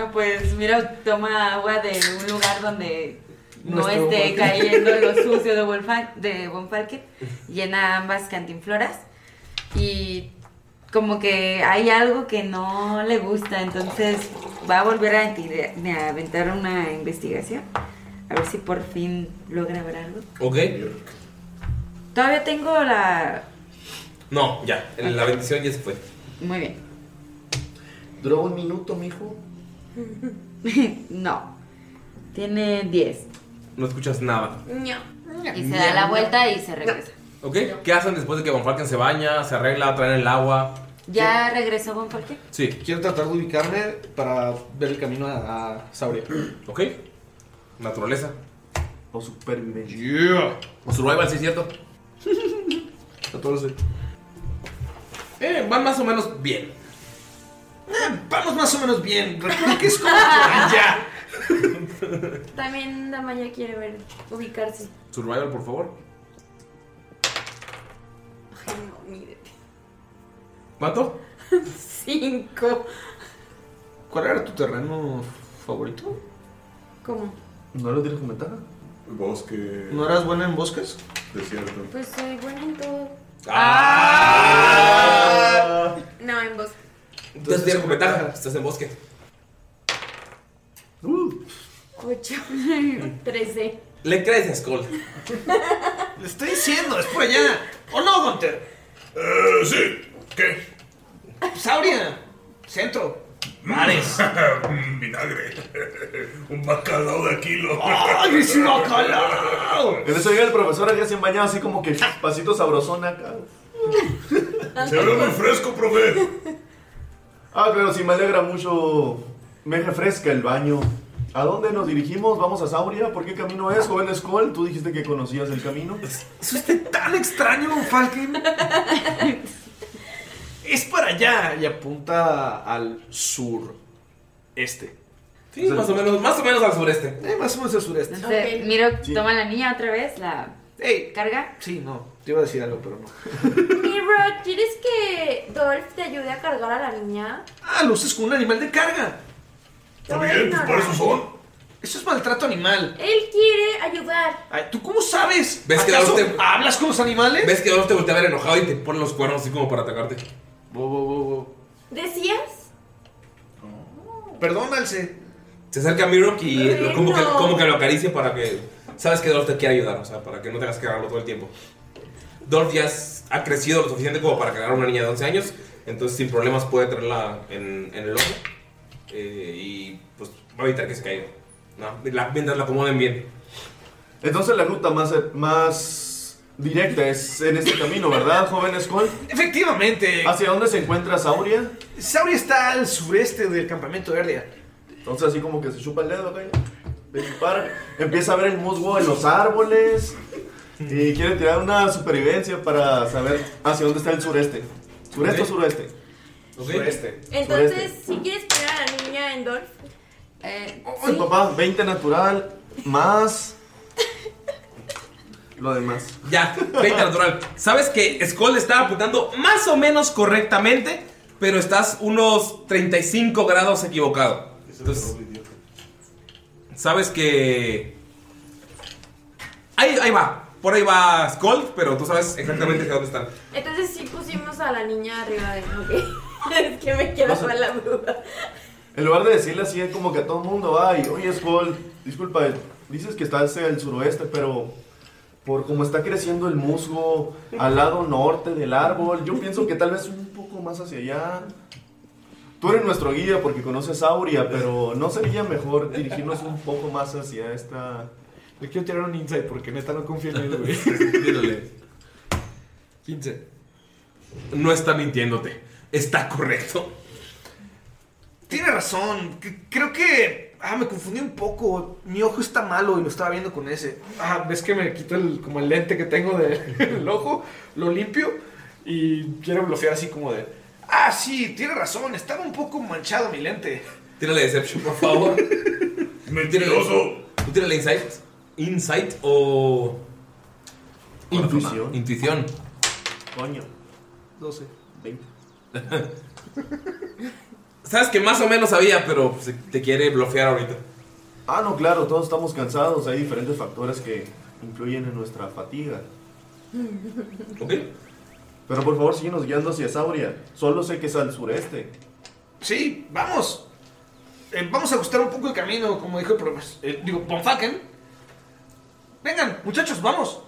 [SPEAKER 9] No, pues mira, toma agua de un lugar donde no,
[SPEAKER 2] No
[SPEAKER 9] esté
[SPEAKER 2] esté Bonfalken.
[SPEAKER 9] cayendo lo sucio de, Bonfal de Bonfalken. Llena ambas cantinfloras. Y como que hay algo que no le gusta, entonces va a volver a, enti- a aventar una investigación. A ver si por fin logra ver algo.
[SPEAKER 1] Ok.
[SPEAKER 9] Todavía tengo la...
[SPEAKER 1] No, ya, la bendición ya se fue.
[SPEAKER 9] Muy bien.
[SPEAKER 2] Duró un minuto, mijo.
[SPEAKER 9] no. Tiene 10.
[SPEAKER 1] No escuchas nada.
[SPEAKER 9] Y se da la vuelta y se regresa.
[SPEAKER 1] ¿Ok? ¿Qué hacen después de que Von Falken se baña, se arregla, traen el agua?
[SPEAKER 9] ¿Ya regresó Bonfalken?
[SPEAKER 1] Sí.
[SPEAKER 8] Quiero tratar de ubicarme para ver el camino a, a Sauria.
[SPEAKER 1] Ok. Naturaleza.
[SPEAKER 2] O supervivencia.
[SPEAKER 8] Yeah.
[SPEAKER 1] O survival, sí, cierto.
[SPEAKER 8] 14.
[SPEAKER 1] Eh, van más o menos bien.
[SPEAKER 6] Eh, vamos más o menos bien. Recuerdo que es como por allá.
[SPEAKER 3] También Damaya quiere ver, ubicarse.
[SPEAKER 1] Survival, por favor.
[SPEAKER 3] Ay, no, mírate.
[SPEAKER 1] ¿Cuánto?
[SPEAKER 3] Cinco.
[SPEAKER 8] ¿Cuál era tu terreno favorito?
[SPEAKER 3] ¿Cómo?
[SPEAKER 2] ¿No lo tienes comentada?
[SPEAKER 12] Bosque.
[SPEAKER 8] ¿No eras buena en bosques?
[SPEAKER 12] Desierto.
[SPEAKER 3] Pues soy buena en todo. No, en voz.
[SPEAKER 1] Entonces tienes con ventaja, estás en bosque.
[SPEAKER 3] Ocho. Trece.
[SPEAKER 1] Le crees a Skull.
[SPEAKER 6] Le estoy diciendo, es por allá. ¿O no, Gunter?
[SPEAKER 4] sí. ¿Qué?
[SPEAKER 6] Sauria. Centro.
[SPEAKER 4] Mares. Mm, Vinagre. Un bacalao de kilo.
[SPEAKER 6] ¡Ay, es un bacalao!
[SPEAKER 2] En eso llega el profesor allá sin bañado, así como que pasito sabrosón acá.
[SPEAKER 4] Se ve muy fresco, profe.
[SPEAKER 2] Ah, claro, sí, me alegra mucho. Me refresca el baño. ¿A dónde nos dirigimos? ¿Vamos a Sauria? ¿Por qué camino es, joven Skoll? Tú dijiste que conocías el camino.
[SPEAKER 6] ¿Es usted tan extraño, Falken? es para allá. Y apunta al sur. Este.
[SPEAKER 1] Sí, más o menos, más o menos al sureste.
[SPEAKER 6] Eh, más o menos al sureste.
[SPEAKER 9] Entonces, Miro, toma la niña otra vez, la carga.
[SPEAKER 8] Sí, no. Te iba a decir algo, pero no.
[SPEAKER 3] Mira, ¿quieres que Dolph te ayude a cargar a la niña?
[SPEAKER 6] Ah, lo usas con un animal de carga.
[SPEAKER 3] Está bien, pues para eso
[SPEAKER 6] son. Eso es maltrato animal.
[SPEAKER 3] Él quiere ayudar.
[SPEAKER 6] Ay, ¿Tú cómo sabes?
[SPEAKER 1] ¿Ves que
[SPEAKER 6] ¿Acaso
[SPEAKER 1] Dolph te-
[SPEAKER 6] hablas con los animales?
[SPEAKER 1] ¿Ves que Dolph te voltea a ver enojado y te pone los cuernos así como para atacarte?
[SPEAKER 8] Bo, bo, bo, bo.
[SPEAKER 3] ¿Decías?
[SPEAKER 6] Perdónalse.
[SPEAKER 1] Se acerca a Mirok y lo- como, que,
[SPEAKER 3] No.
[SPEAKER 1] como que lo acaricia para que. Sabes que Dolph te quiere ayudar, o sea, para que no tengas que agarrarlo todo el tiempo. Dolph ya es- ha crecido lo suficiente como para cargar a una niña de 11 años, entonces sin problemas puede tenerla en, en el ojo eh, y pues va a evitar que se caiga. No, la, mientras la acomoden bien.
[SPEAKER 2] Entonces la ruta más, más directa es en este camino, ¿verdad, joven Skoll?
[SPEAKER 6] Efectivamente.
[SPEAKER 2] ¿Hacia dónde se encuentra Sauria?
[SPEAKER 6] Sauria está al sureste del campamento de Erdia.
[SPEAKER 2] Entonces así como que se chupa el dedo, güey. Ve y para. Empieza a ver el musgo en los árboles. Y quiere tirar una supervivencia para saber hacia dónde está el sureste. ¿Sureste
[SPEAKER 1] Ok.
[SPEAKER 2] o sureste?
[SPEAKER 1] Sureste.
[SPEAKER 3] Entonces, si quieres pegar a la niña en Dolph.
[SPEAKER 9] Eh,
[SPEAKER 2] Ay, papá, 20 natural, más. Lo demás.
[SPEAKER 1] Ya, 20 natural. Sabes que Skull está apuntando más o menos correctamente, pero estás unos 35 grados equivocado. Entonces, Sabes que. Ahí, ahí va. Por ahí va Skull, pero tú sabes exactamente hacia dónde están.
[SPEAKER 3] Entonces sí pusimos a la niña arriba de... Ok. es que me quedo
[SPEAKER 2] Vas a-
[SPEAKER 3] con la duda.
[SPEAKER 2] En lugar de decirle así es como que a todo el mundo, ay, oye, Skull, disculpa, dices que está hacia el suroeste, pero por cómo está creciendo el musgo al lado norte del árbol, yo pienso que tal vez un poco más hacia allá. Tú eres nuestro guía porque conoces Auria, pero ¿no sería mejor dirigirnos un poco más hacia esta...?
[SPEAKER 8] Le quiero tirar un insight porque neta no confío en él, güey.
[SPEAKER 1] Tírale.
[SPEAKER 8] 15.
[SPEAKER 1] No está mintiéndote. Está correcto.
[SPEAKER 6] Tiene razón. C- Creo que. Ah, me confundí un poco. Mi ojo está malo y lo estaba viendo con ese.
[SPEAKER 8] Ah, ves que me quito el, como el lente que tengo del ojo, lo limpio y quiero bloquear así como de.
[SPEAKER 6] Ah, sí, tiene razón. Estaba un poco manchado mi lente.
[SPEAKER 1] Tírale Deception, por favor. Mentiroso. Tú tírale Insight. Insight o. Intuición. Intuición.
[SPEAKER 2] Coño.
[SPEAKER 6] 12.
[SPEAKER 2] 20.
[SPEAKER 1] Sabes que más o menos sabía, pero se- te quiere bloquear ahorita.
[SPEAKER 2] Ah, no, claro, todos estamos cansados, hay diferentes factores que influyen en nuestra fatiga.
[SPEAKER 1] ¿Ok?
[SPEAKER 2] Pero por favor, síguenos guiando hacia Sauria. Solo sé que es al sureste.
[SPEAKER 6] Sí, vamos. Eh, vamos a ajustar un poco el camino, como dijo el profesor. eh, digo, Bonfaken. Vengan, muchachos, vamos.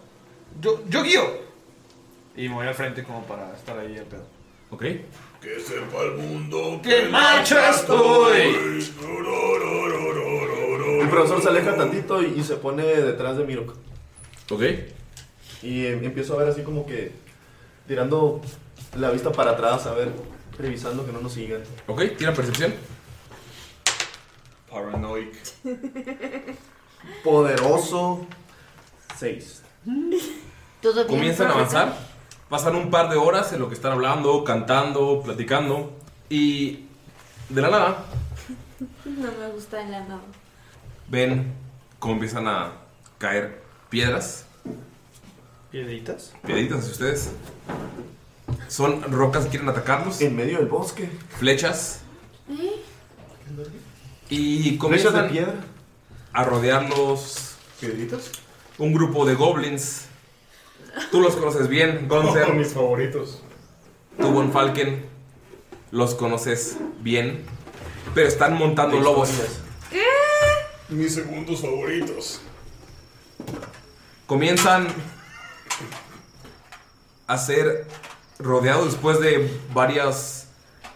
[SPEAKER 6] Yo, yo guío. Y me voy al frente como para estar ahí al pedo.
[SPEAKER 1] Ok.
[SPEAKER 4] Que sepa el mundo
[SPEAKER 6] ¡Qué marcha estoy!
[SPEAKER 2] El profesor se aleja tantito y, y se pone detrás de Mirok.
[SPEAKER 1] Ok.
[SPEAKER 2] Y em, empiezo a ver así como que tirando la vista para atrás, a ver, revisando que no nos sigan.
[SPEAKER 1] Ok, tira percepción.
[SPEAKER 2] Paranoic. Poderoso. 6.
[SPEAKER 9] Todo bien.
[SPEAKER 1] Comienzan a
[SPEAKER 9] profesor?
[SPEAKER 1] avanzar. Pasan un par de horas en lo que están hablando, cantando, platicando. Y de la nada
[SPEAKER 3] No me gusta el ano.
[SPEAKER 1] ven cómo empiezan a caer piedras.
[SPEAKER 6] ¿Piedritas?
[SPEAKER 1] Piedritas hacia ustedes. Son rocas que quieren atacarlos. En
[SPEAKER 2] medio del bosque.
[SPEAKER 1] Flechas. Y
[SPEAKER 2] ¿Flechas de
[SPEAKER 1] comienzan
[SPEAKER 2] piedra?
[SPEAKER 1] a rodearlos.
[SPEAKER 2] ¿Piedritas?
[SPEAKER 1] Un grupo de goblins. Tú los conoces bien, Gonzer.
[SPEAKER 12] mis favoritos.
[SPEAKER 1] Tú, Von Falken, los conoces bien. Pero están montando lobos.
[SPEAKER 3] ¿Qué?
[SPEAKER 4] Mis segundos favoritos.
[SPEAKER 1] Comienzan a ser rodeados después de varios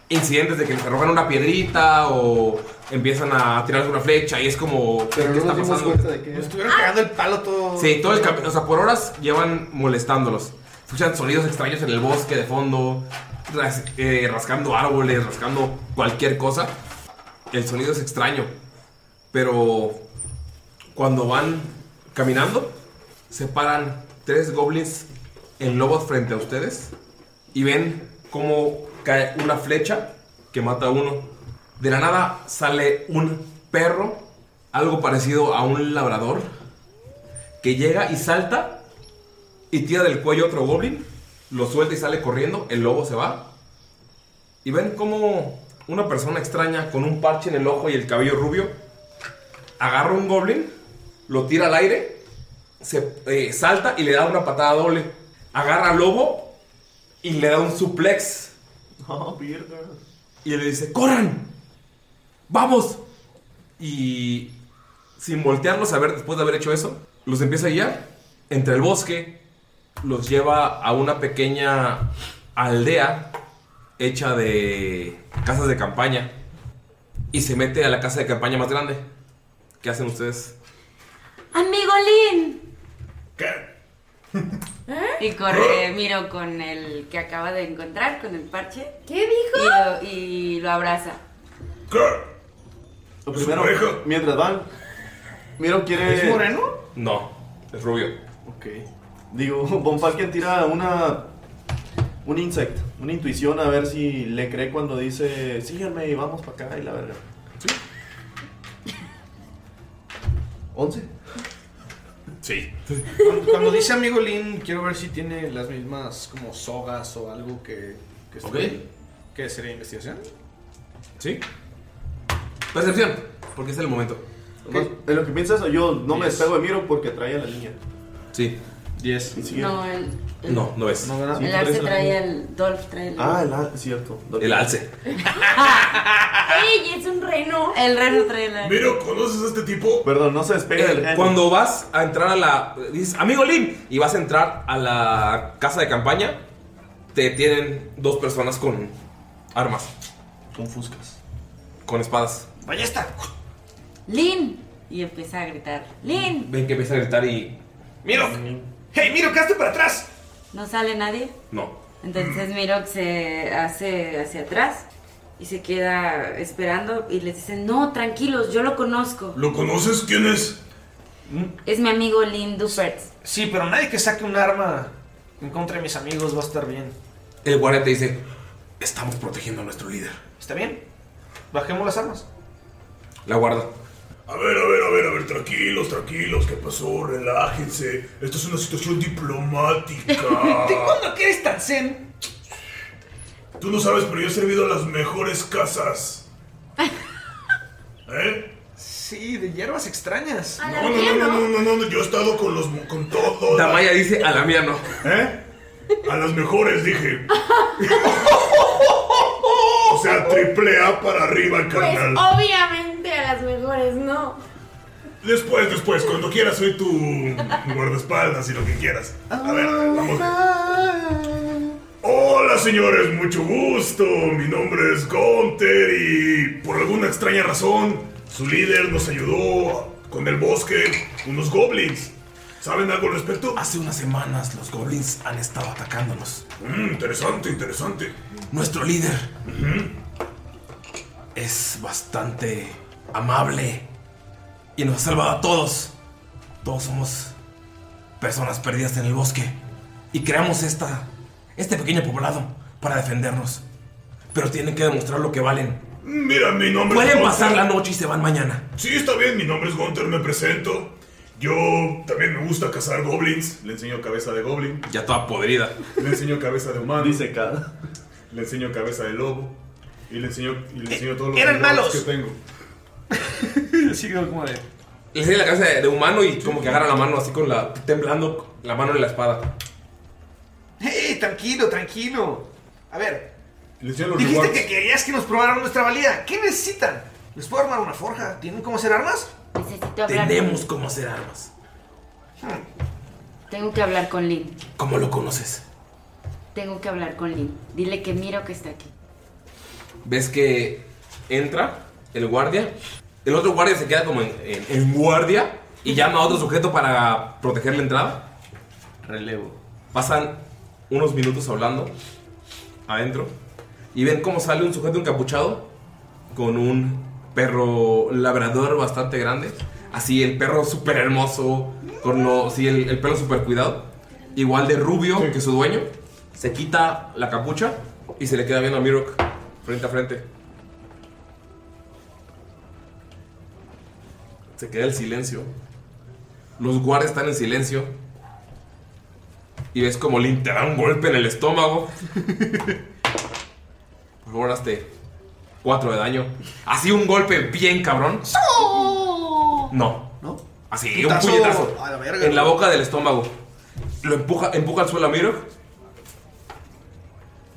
[SPEAKER 1] incidentes de que les arrojan una piedrita o empiezan a tirarles una flecha y es como... ¿qué está pasando?
[SPEAKER 6] Nos estuvieron cagando el palo todo.
[SPEAKER 1] Sí, todo el camino. O sea, por horas llevan molestándolos. Escuchan sonidos extraños en el bosque de fondo, ras- eh, rascando árboles, rascando cualquier cosa. El sonido es extraño. Pero cuando van caminando, se paran tres goblins en lobos frente a ustedes y ven cómo cae una flecha que mata a uno. De la nada sale un perro, algo parecido a un labrador, que llega y salta y tira del cuello otro goblin, lo suelta y sale corriendo, el lobo se va. Y ven como una persona extraña con un parche en el ojo y el cabello rubio agarra un goblin, lo tira al aire, se eh, salta y le da una patada doble. Agarra al lobo y le da un suplex.
[SPEAKER 2] No, pierda.
[SPEAKER 1] Y le dice, ¡corran! ¡Vamos! Y sin voltearlos a ver después de haber hecho eso, los empieza a guiar entre el bosque, los lleva a una pequeña aldea hecha de casas de campaña y se mete a la casa de campaña más grande. ¿Qué hacen ustedes?
[SPEAKER 9] ¡Amigolín!
[SPEAKER 1] ¿Qué?
[SPEAKER 3] ¿Eh?
[SPEAKER 9] Y corre, miro con el que acaba de encontrar, con el parche.
[SPEAKER 3] ¿Qué dijo?
[SPEAKER 9] Y lo, y lo abraza.
[SPEAKER 2] Lo primero, mientras van, Mirok quiere...
[SPEAKER 1] ¿Es moreno? No, es rubio.
[SPEAKER 2] Ok. Digo, Von Falken tira una. Un insect, una intuición a ver si le cree cuando dice síganme y vamos para acá y la verga. ¿Once?
[SPEAKER 1] Sí.
[SPEAKER 6] Cuando, cuando dice amigo Lin, quiero ver si tiene las mismas como sogas o algo que. que
[SPEAKER 1] Ok.
[SPEAKER 6] estoy- ¿Qué sería investigación?
[SPEAKER 1] ¿Sí? Percepción, porque es el momento.
[SPEAKER 2] En lo que piensas, yo no me despego de Miro porque trae a la niña.
[SPEAKER 1] Sí.
[SPEAKER 2] 10.
[SPEAKER 9] No, el. el-
[SPEAKER 1] No, no es.
[SPEAKER 2] Sí,
[SPEAKER 9] el arce
[SPEAKER 2] tres,
[SPEAKER 9] trae el. Dolph trae el.
[SPEAKER 2] Ah, el alce, cierto.
[SPEAKER 1] El alce.
[SPEAKER 9] ¡Ey! Es un reno. El reno trae el. arce.
[SPEAKER 3] Pues,
[SPEAKER 1] ¿conoces a este tipo?
[SPEAKER 2] Perdón, no se despega del reno.
[SPEAKER 1] Cuando vas a entrar a la. Dices, amigo Lim, y vas a entrar a la casa de campaña, te tienen dos personas con armas.
[SPEAKER 2] Con fuscas.
[SPEAKER 1] Con espadas.
[SPEAKER 9] ¡Ballesta! ¡Lin! Y empieza a gritar. ¡Lin!
[SPEAKER 1] Ven que empieza a gritar y.
[SPEAKER 6] ¡Miro!
[SPEAKER 2] Mm.
[SPEAKER 6] ¡Hey, Miro, qué hazte para atrás!
[SPEAKER 9] No sale nadie.
[SPEAKER 1] No.
[SPEAKER 9] Entonces Mirok se hace hacia atrás y se queda esperando y les dicen, no, tranquilos, yo lo conozco.
[SPEAKER 4] ¿Lo conoces? ¿Quién es? Mm.
[SPEAKER 9] Es mi amigo Lin Dupertz.
[SPEAKER 6] Sí, pero nadie que saque un arma en contra de mis amigos va a estar bien.
[SPEAKER 1] El guardia te dice: Estamos protegiendo a nuestro líder.
[SPEAKER 6] ¿Está bien? Bajemos las armas.
[SPEAKER 1] La guarda.
[SPEAKER 4] A ver, a ver, a ver, a ver, tranquilos, tranquilos, ¿qué pasó? Relájense. Esta es una situación diplomática.
[SPEAKER 6] ¿De cuándo que eres tan zen?
[SPEAKER 4] Tú no sabes, pero yo he servido a las mejores casas. ¿Eh?
[SPEAKER 6] Sí, de hierbas extrañas.
[SPEAKER 4] No, no, no, no, no, no, no, yo he estado con los con todos.
[SPEAKER 1] Damaya dice: A la mía no.
[SPEAKER 4] ¿Eh? A las mejores, dije. O sea, triple A para arriba,
[SPEAKER 3] Pues
[SPEAKER 4] carnal.
[SPEAKER 3] obviamente a las mejores no.
[SPEAKER 4] Después, después, cuando quieras, soy tu guardaespaldas y lo que quieras. A ver, vamos. Hola, señores, mucho gusto. Mi nombre es Gunter y por alguna extraña razón, su líder nos ayudó con el bosque, unos goblins. ¿Saben algo al respecto?
[SPEAKER 1] Hace unas semanas los goblins han estado atacándonos.
[SPEAKER 4] Mm, interesante, interesante.
[SPEAKER 1] Nuestro líder es bastante amable y nos ha salvado a todos. Todos somos personas perdidas en el bosque y creamos esta, este pequeño poblado para defendernos. Pero tienen que demostrar lo que valen.
[SPEAKER 4] Mira, mi nombre es
[SPEAKER 1] Pueden
[SPEAKER 4] Gunter.
[SPEAKER 1] pasar la noche y se van mañana.
[SPEAKER 4] Sí, está bien, mi nombre es Gunter, me presento. Yo también me gusta cazar goblins. Le enseño cabeza de goblin.
[SPEAKER 1] Ya toda podrida.
[SPEAKER 4] Le enseño cabeza de humano.
[SPEAKER 2] Disecada.
[SPEAKER 4] Le enseño cabeza de lobo. Y le enseño, y le enseño todos los
[SPEAKER 6] eran
[SPEAKER 4] animales
[SPEAKER 6] malos.
[SPEAKER 4] que tengo.
[SPEAKER 6] como de.
[SPEAKER 1] Le enseña la cabeza de, de humano y como que agarra la mano así con la. temblando la mano en la espada.
[SPEAKER 6] ¡Hey, ¡Eh, tranquilo, tranquilo! A ver,
[SPEAKER 4] Le enseño los
[SPEAKER 6] dijiste
[SPEAKER 4] rewards.
[SPEAKER 6] que querías que nos probaran nuestra valía. ¿Qué necesitan? ¿Les puedo armar una forja? ¿Tienen cómo hacer armas?
[SPEAKER 9] Necesito hablar.
[SPEAKER 1] Tenemos cómo hacer armas.
[SPEAKER 9] Tengo que hablar con Lin.
[SPEAKER 1] ¿Cómo lo conoces?
[SPEAKER 9] Tengo que hablar con Lin. Dile que miro que está aquí.
[SPEAKER 1] Ves que entra el guardia. El otro guardia se queda como en, en- en guardia y llama a otro sujeto para proteger la entrada. Relevo. Pasan unos minutos hablando adentro y ven cómo sale un sujeto encapuchado con un perro labrador bastante grande. Así el perro súper hermoso, con lo, sí, el, el pelo súper cuidado. Igual de rubio que su dueño. Se quita la capucha y se le queda viendo a Mirok frente a frente. Se queda el silencio. Los guardias están en silencio. Y ves como Lin te da un golpe en el estómago. Por favor, hazte 4 de daño. Así un golpe bien cabrón. No. ¿No? Así,
[SPEAKER 6] Putazo
[SPEAKER 1] un puñetazo.
[SPEAKER 6] a la verga.
[SPEAKER 1] en la boca del estómago. Lo empuja, empuja al suelo a Miro.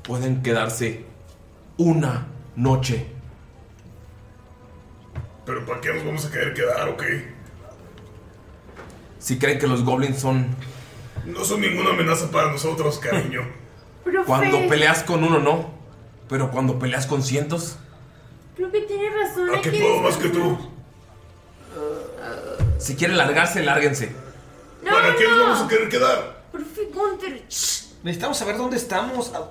[SPEAKER 1] Pueden quedarse una noche.
[SPEAKER 4] Pero ¿para qué nos vamos a querer quedar, ok?
[SPEAKER 1] Si creen que los goblins son.
[SPEAKER 4] No son ninguna amenaza para nosotros, cariño.
[SPEAKER 1] Cuando peleas con uno, no. Pero cuando peleas con cientos,
[SPEAKER 3] Creo que tiene razón.
[SPEAKER 4] ¿A
[SPEAKER 3] hay
[SPEAKER 4] qué
[SPEAKER 3] que
[SPEAKER 4] puedo más
[SPEAKER 3] descansar.
[SPEAKER 4] que tú?
[SPEAKER 1] si quieren largarse, lárguense.
[SPEAKER 3] No, ¿Para qué nos no. vamos a
[SPEAKER 4] querer quedar?
[SPEAKER 3] Profe Gunter.
[SPEAKER 6] Necesitamos saber dónde estamos, a-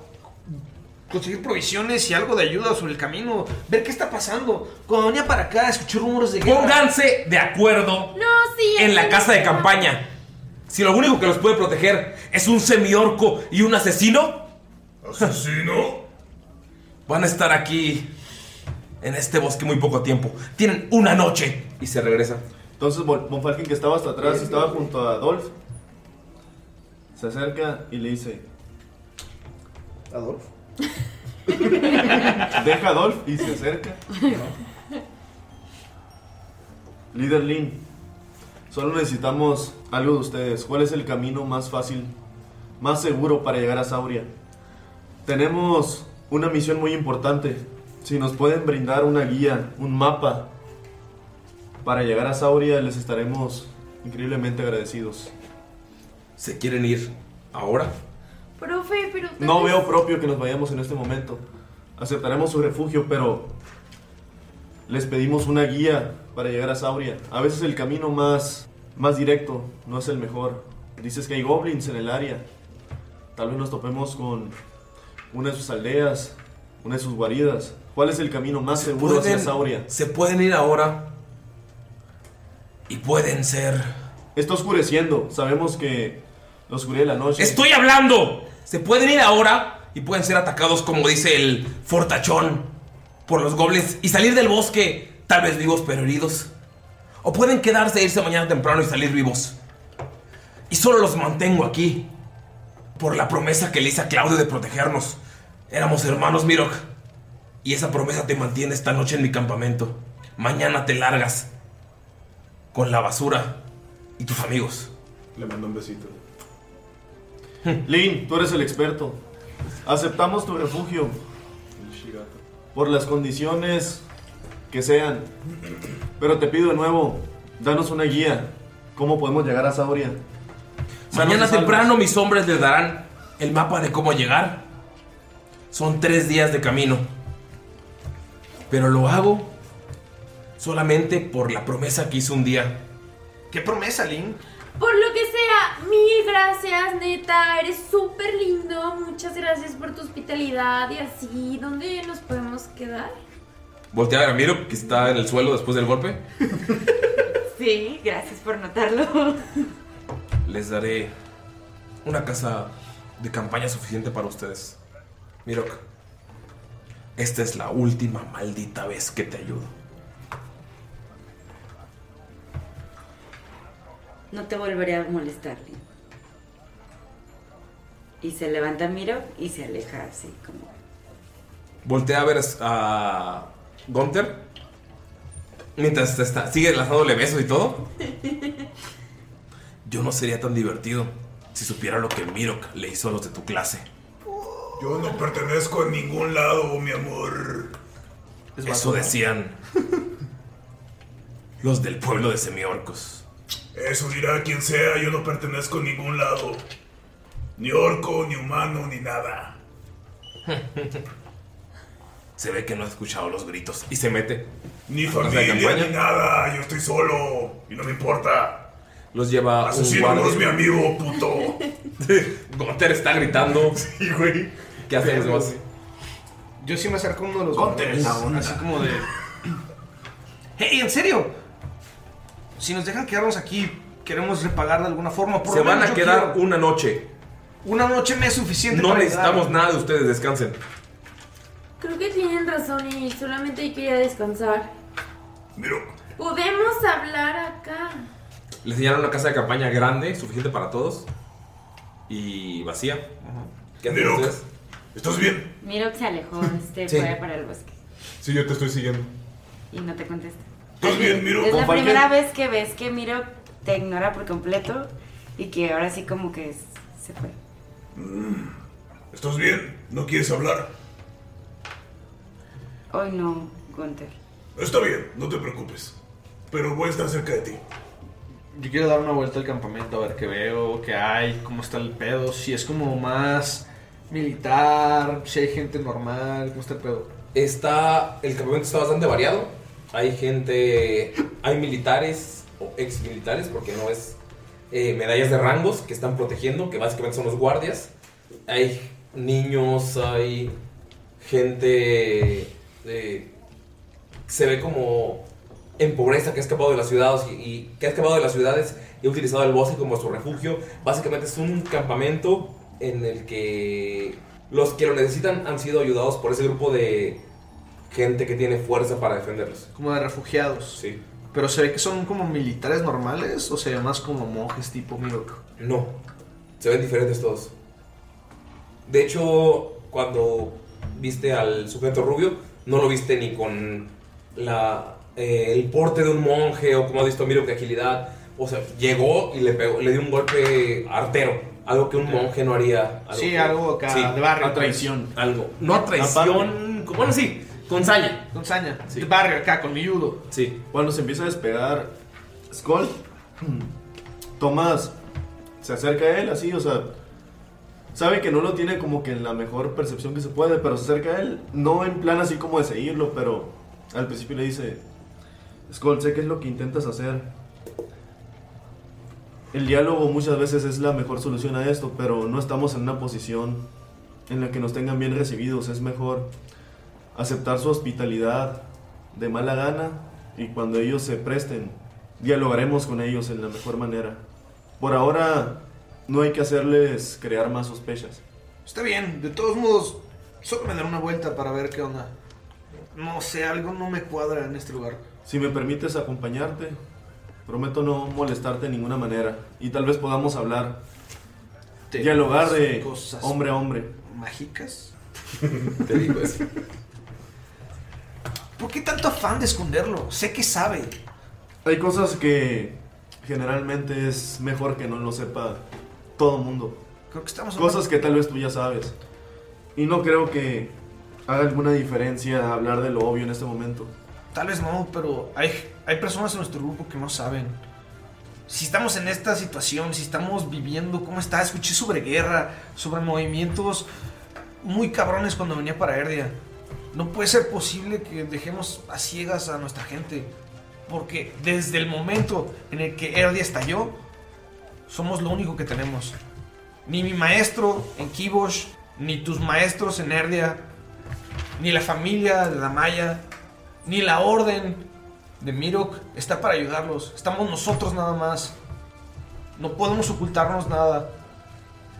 [SPEAKER 6] conseguir provisiones y algo de ayuda sobre el camino, ver qué está pasando. Cuando venía para acá, escuché rumores de guerra.
[SPEAKER 1] Pónganse de acuerdo
[SPEAKER 3] No, sí.
[SPEAKER 1] en la
[SPEAKER 3] así
[SPEAKER 1] casa de
[SPEAKER 3] es.
[SPEAKER 1] campaña. Si lo único que los puede proteger es un semiorco y un asesino,
[SPEAKER 4] ¿Asesino?
[SPEAKER 1] van a estar aquí en este bosque muy poco tiempo. Tienen una noche y se regresa.
[SPEAKER 2] Entonces, Von Von Falken, que estaba hasta atrás y estaba junto a Adolf, se acerca y le dice: ¿Adolf? Deja a Adolf y se acerca. Líder Lin, solo necesitamos algo de ustedes. ¿Cuál es el camino más fácil, más seguro para llegar a Sauria? Tenemos una misión muy importante. Si nos pueden brindar una guía, un mapa para llegar a Sauria, les estaremos increíblemente agradecidos.
[SPEAKER 1] ¿Se quieren ir ahora?
[SPEAKER 3] Profe, pero. tal
[SPEAKER 2] No
[SPEAKER 3] vez-
[SPEAKER 2] veo propio que nos vayamos en este momento. Aceptaremos su refugio, pero les pedimos una guía para llegar a Sauria. A veces el camino más, más directo no es el mejor. Dices que hay goblins en el área. Tal vez nos topemos con una de sus aldeas, una de sus guaridas. ¿Cuál es el camino más seguro hacia Sauria?
[SPEAKER 1] Se pueden ir ahora. Y pueden ser.
[SPEAKER 2] Está oscureciendo. Sabemos que la oscuridad de la noche.
[SPEAKER 1] ¡Estoy hablando! Se pueden ir ahora y pueden ser atacados, como dice el fortachón, por los goblins y salir del bosque, tal vez vivos pero heridos. O pueden quedarse e irse mañana temprano y salir vivos. Y solo los mantengo aquí por la promesa que le hice a Claudio de protegernos. Éramos hermanos, Mirok. Y esa promesa te mantiene esta noche en mi campamento. Mañana te largas con la basura y tus amigos.
[SPEAKER 2] Le mando un besito. Lin, tú eres el experto. Aceptamos tu refugio. Por las condiciones que sean. Pero te pido de nuevo, danos una guía. ¿Cómo podemos llegar a Sauria?
[SPEAKER 1] Mañana
[SPEAKER 2] Sanos y
[SPEAKER 1] temprano mis hombres les darán el mapa de cómo llegar. Son tres días de camino. Pero lo hago solamente por la promesa que hice un día.
[SPEAKER 6] ¿Qué promesa, Lin?
[SPEAKER 3] Por lo que sea, mil gracias, neta. Eres súper lindo. Muchas gracias por tu hospitalidad y así. ¿Dónde nos podemos quedar?
[SPEAKER 1] Voltea a Ramiro, que está en el suelo después del golpe.
[SPEAKER 9] Sí, gracias por notarlo.
[SPEAKER 1] Les daré una casa de campaña suficiente para ustedes. Mirok, esta es la última maldita vez que te ayudo.
[SPEAKER 9] No te volveré a molestar, Lin. Y se levanta Miro y se aleja así como.
[SPEAKER 1] Voltea a ver a Gunther. Mientras te está, sigue lanzándole besos y todo. Yo no sería tan divertido si supiera lo que Mirok le hizo a los de tu clase.
[SPEAKER 4] Yo no pertenezco a ningún lado, mi amor.
[SPEAKER 1] Eso decían los del pueblo de semiorcos.
[SPEAKER 4] Eso dirá quien sea, yo no pertenezco a ningún lado. Ni orco, ni humano, ni nada.
[SPEAKER 1] Se ve que no ha escuchado los gritos y se mete.
[SPEAKER 4] Ni
[SPEAKER 1] a la casa de
[SPEAKER 4] familia,
[SPEAKER 1] campaña.
[SPEAKER 4] ni nada. Yo estoy solo. Y no me importa.
[SPEAKER 1] Los lleva
[SPEAKER 4] Asesino
[SPEAKER 1] Ah, un
[SPEAKER 4] no es mi
[SPEAKER 1] guardia.
[SPEAKER 4] amigo, puto.
[SPEAKER 1] Gunther está gritando.
[SPEAKER 4] Sí, güey.
[SPEAKER 1] ¿Qué hacen los demás?
[SPEAKER 6] Yo sí me acerco a uno de los
[SPEAKER 1] Conte
[SPEAKER 6] guardias,
[SPEAKER 1] esa onda.
[SPEAKER 6] Así como de. ¡Hey, en serio! Si nos dejan quedarnos aquí, queremos repagar de alguna forma. Por
[SPEAKER 1] Se
[SPEAKER 6] lo
[SPEAKER 1] van
[SPEAKER 6] menos
[SPEAKER 1] a
[SPEAKER 6] yo
[SPEAKER 1] quedar
[SPEAKER 6] quiero.
[SPEAKER 1] una noche.
[SPEAKER 6] Una noche me es suficiente.
[SPEAKER 1] No
[SPEAKER 6] para
[SPEAKER 1] necesitamos
[SPEAKER 6] ayudar.
[SPEAKER 1] nada de ustedes, descansen.
[SPEAKER 3] Creo que tienen razón y solamente yo quería descansar. Podemos hablar acá.
[SPEAKER 1] Le enseñaron una casa de campaña grande, suficiente para todos. Y vacía. ¿Qué hacen
[SPEAKER 4] Mirok,
[SPEAKER 1] ustedes?
[SPEAKER 4] ¿Estás bien?
[SPEAKER 9] Miro se alejó, este,
[SPEAKER 1] Sí.
[SPEAKER 9] fue para el bosque.
[SPEAKER 12] Sí, yo te estoy siguiendo.
[SPEAKER 9] Y no te contesta.
[SPEAKER 4] ¿Estás bien, Miro?
[SPEAKER 9] es la
[SPEAKER 12] Compadre.
[SPEAKER 9] primera vez que ves que Miro te ignora por completo y que ahora sí como que es- se fue.
[SPEAKER 4] Mm. ¿Estás bien? ¿No quieres hablar?
[SPEAKER 9] Hoy no, Gunther.
[SPEAKER 4] Está bien, no te preocupes. Pero voy a estar cerca de ti.
[SPEAKER 6] Yo quiero dar una vuelta al campamento a ver qué veo, qué hay, cómo está el pedo. Si es como más militar, si hay gente normal, cómo está el pedo.
[SPEAKER 1] Está. El campamento está bastante variado. Hay gente. Hay militares o ex militares, porque no es. eh, medallas de rangos que están protegiendo, que básicamente son los guardias. Hay niños, hay gente. eh, se ve como en pobreza que ha escapado de las ciudades y, y que ha escapado de las ciudades y ha utilizado el bosque como su refugio. Básicamente es un campamento en el que los que lo necesitan han sido ayudados por ese grupo de gente que tiene fuerza para defenderlos.
[SPEAKER 6] Como de refugiados.
[SPEAKER 1] Sí.
[SPEAKER 6] Pero se ve que son como militares normales o se ve más como monjes tipo Mirok.
[SPEAKER 1] No. Se ven diferentes todos. De hecho, cuando viste al sujeto rubio, no lo viste ni con la eh, el porte de un monje o como ha visto Miro que agilidad. O sea, llegó y le pegó, le dio un golpe artero, algo que un monje no haría.
[SPEAKER 6] Sí,
[SPEAKER 1] que-
[SPEAKER 6] algo acá, de barrio,
[SPEAKER 1] A traición. Algo. No a traición. como- Bueno, sí, con saña.
[SPEAKER 6] Con saña. De barrio acá, con mi judo.
[SPEAKER 1] Sí.
[SPEAKER 2] Cuando se empieza a despegar Skull, Tomás se acerca a él así, o sea, sabe que no lo tiene como que en la mejor percepción que se puede, pero se acerca a él, no en plan así como de seguirlo, pero al principio le dice, Skull, sé qué es lo que intentas hacer. El diálogo muchas veces es la mejor solución a esto, pero no estamos en una posición en la que nos tengan bien recibidos. Es mejor aceptar su hospitalidad de mala gana y cuando ellos se presten, dialogaremos con ellos en la mejor manera. Por ahora, no hay que hacerles crear más sospechas.
[SPEAKER 6] Está bien, de todos modos, solo me daré una vuelta para ver qué onda. No sé, algo no me cuadra en este lugar.
[SPEAKER 2] Si me permites acompañarte, prometo no molestarte de ninguna manera y tal vez podamos hablar,
[SPEAKER 6] Te
[SPEAKER 2] dialogar
[SPEAKER 6] digo
[SPEAKER 2] de
[SPEAKER 6] cosas
[SPEAKER 2] hombre a hombre.
[SPEAKER 6] ¿Mágicas?
[SPEAKER 1] Te digo eso.
[SPEAKER 6] ¿Por qué tanto afán de esconderlo? Sé que sabe.
[SPEAKER 2] Hay cosas que generalmente es mejor que no lo sepa todo mundo.
[SPEAKER 6] Creo que estamos hablando-
[SPEAKER 2] Cosas que tal vez tú ya sabes. Y no creo que haga alguna diferencia hablar de lo obvio en este momento.
[SPEAKER 6] Tal vez no, pero hay, hay personas en nuestro grupo que no saben. Si estamos en esta situación, si estamos viviendo cómo está, escuché sobre guerra, sobre movimientos muy cabrones cuando venía para Erdia. No puede ser posible que dejemos a ciegas a nuestra gente. Porque desde el momento en el que Erdia estalló, somos lo único que tenemos. Ni mi maestro en Kibosh, ni tus maestros en Erdia, ni la familia de la Maya, ni la orden de Mirok está para ayudarlos. Estamos nosotros nada más. No podemos ocultarnos nada.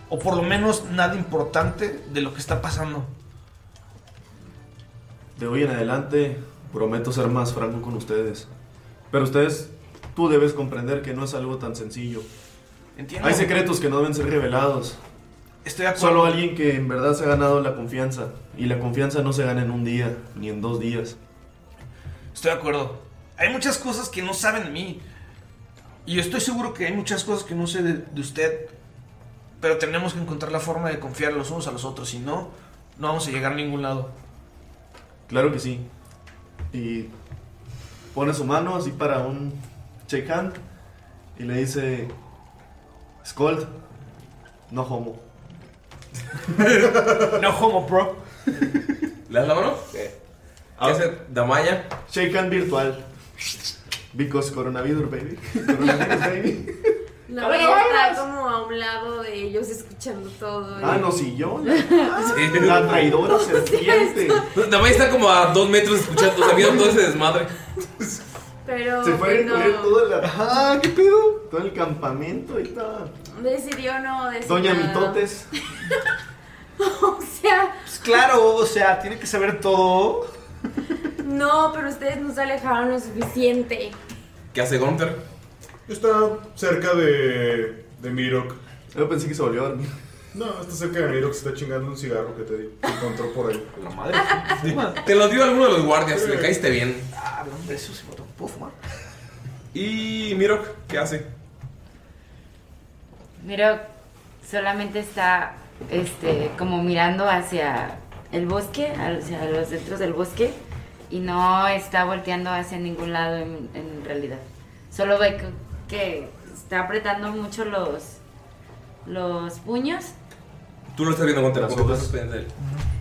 [SPEAKER 6] O por lo menos nada importante de lo que está pasando.
[SPEAKER 2] De hoy en adelante prometo ser más franco con ustedes. Pero ustedes, tú debes comprender que no es algo tan sencillo.
[SPEAKER 6] Entiendo.
[SPEAKER 2] Hay secretos que no deben ser revelados.
[SPEAKER 6] Estoy de acuerdo.
[SPEAKER 2] Solo alguien que en verdad se ha ganado la confianza. Y la confianza no se gana en un día, ni en dos días.
[SPEAKER 6] Estoy de acuerdo. Hay muchas cosas que no saben de mí. Y yo estoy seguro que hay muchas cosas que no sé de, de usted. Pero tenemos que encontrar la forma de confiar los unos a los otros. Si no, no vamos a llegar a ningún lado.
[SPEAKER 2] Claro que sí. Y pone su mano así para un shake hand y le dice, Scold, no homo.
[SPEAKER 6] no homo, bro.
[SPEAKER 1] ¿Le das la mano? Sí. Hace Damaya.
[SPEAKER 2] Ah. Shake hand virtual. Because coronavirus, baby. Coronavirus, baby.
[SPEAKER 3] No, ella está como a un lado de ellos escuchando todo.
[SPEAKER 2] Ah,
[SPEAKER 3] y-
[SPEAKER 2] no, sí, yo. La traidora serpiente.
[SPEAKER 1] Damaya está como a dos metros escuchando, o sea, viendo todo ese desmadre.
[SPEAKER 3] Pero
[SPEAKER 2] Se fue a
[SPEAKER 3] pues,
[SPEAKER 2] encubrir
[SPEAKER 3] no,
[SPEAKER 2] toda la. Ah, ¿qué pedo? Todo el campamento y todo.
[SPEAKER 3] decidió no decir
[SPEAKER 2] Doña
[SPEAKER 3] nada.
[SPEAKER 2] Mitotes.
[SPEAKER 3] O sea,
[SPEAKER 6] Pues claro, o sea, tiene que saber todo.
[SPEAKER 3] no, pero ustedes nos alejaron lo
[SPEAKER 2] Eh,
[SPEAKER 3] suficiente.
[SPEAKER 1] ¿Qué hace Gunter?
[SPEAKER 12] Está cerca de, de Mirok.
[SPEAKER 2] Yo pensé que se volvió a dormir.
[SPEAKER 12] No, está cerca de Mirok, se está chingando un cigarro que te di- que encontró por ahí.
[SPEAKER 6] La madre.
[SPEAKER 1] Te lo dio alguno de los guardias, le caíste bien.
[SPEAKER 6] Ah, hablando de eso, se mató. ¿Puedo fumar?
[SPEAKER 1] Y Mirok, ¿qué hace?
[SPEAKER 9] Miro solamente está este, como mirando hacia el bosque, hacia los centros del bosque, y no está volteando hacia ningún lado en, en realidad. Solo ve que, que está apretando mucho los, los puños.
[SPEAKER 1] Tú lo estás viendo Gunter, porque tú estás pendiente de él.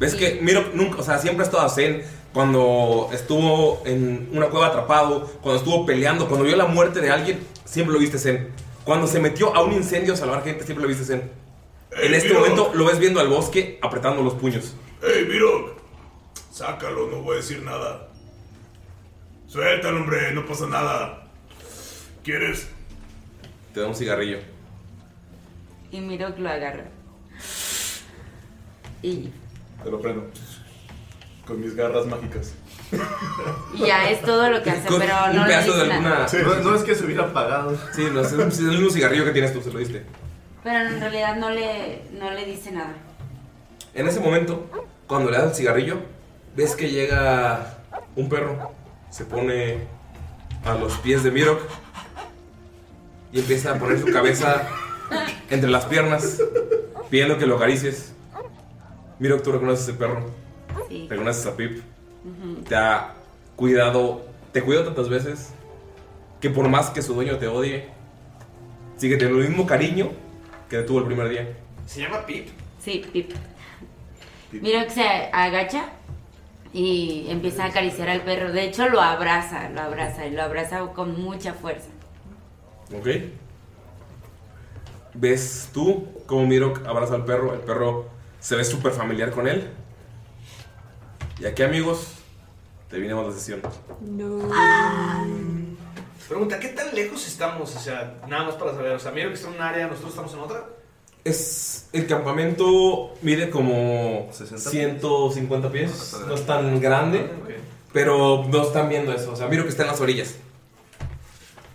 [SPEAKER 1] Ves que Mirok nunca, o sea, siempre ha estado zen. Cuando estuvo en una cueva atrapado, cuando estuvo peleando, cuando vio la muerte de alguien, siempre lo viste zen. Cuando se metió a un incendio a salvar gente, siempre lo viste zen.
[SPEAKER 2] Eh,
[SPEAKER 1] En este
[SPEAKER 4] Mirok.
[SPEAKER 1] momento lo ves viendo al bosque apretando los puños.
[SPEAKER 4] ¡Ey, Mirok! Sácalo, no voy a decir nada. Suéltalo, hombre, no pasa nada. ¿Quieres?
[SPEAKER 1] Te da un cigarrillo.
[SPEAKER 9] Y Miro lo agarra. Y,
[SPEAKER 12] Te lo prendo. Con mis garras mágicas.
[SPEAKER 9] y ya es todo lo que hace,
[SPEAKER 1] Con
[SPEAKER 9] pero
[SPEAKER 1] un
[SPEAKER 9] no le
[SPEAKER 1] pedazo de
[SPEAKER 9] dice
[SPEAKER 1] alguna.
[SPEAKER 9] nada.
[SPEAKER 2] No- no es que se hubiera apagado.
[SPEAKER 1] Sí, no, es el es el mismo cigarrillo que tienes tú, se lo diste.
[SPEAKER 9] Pero en realidad no le, no le dice nada.
[SPEAKER 1] En ese momento, cuando le das el cigarrillo, ves que llega un perro, se pone a los pies de Mirok y empieza a poner su cabeza entre las piernas, pidiendo que lo acaricies. Mirok, tú reconoces ese perro,
[SPEAKER 9] Sí.
[SPEAKER 1] reconoces a Pip,
[SPEAKER 9] Ujú.
[SPEAKER 1] te ha cuidado, te cuidó tantas veces que por más que su dueño te odie, sigue teniendo el mismo cariño que tuvo el primer día.
[SPEAKER 6] Se llama Pip.
[SPEAKER 9] Sí, Pip.
[SPEAKER 1] Pip.
[SPEAKER 9] Mira que se agacha y empieza a acariciar al perro. De hecho, lo abraza, lo abraza y lo abraza con mucha fuerza.
[SPEAKER 1] ¿Ok? ¿Ves tú cómo Mirok abraza al perro? El perro se ve súper familiar con él. Y aquí, amigos, terminamos la sesión.
[SPEAKER 6] No. Pregunta, ¿qué tan lejos estamos? O sea, nada más para saber. O sea, mira que está en un área, nosotros estamos en otra.
[SPEAKER 1] Es el campamento mide como 150 pies.
[SPEAKER 2] Ah,
[SPEAKER 1] No es tan grande, pero no están viendo eso. O sea, Mirok está en las orillas.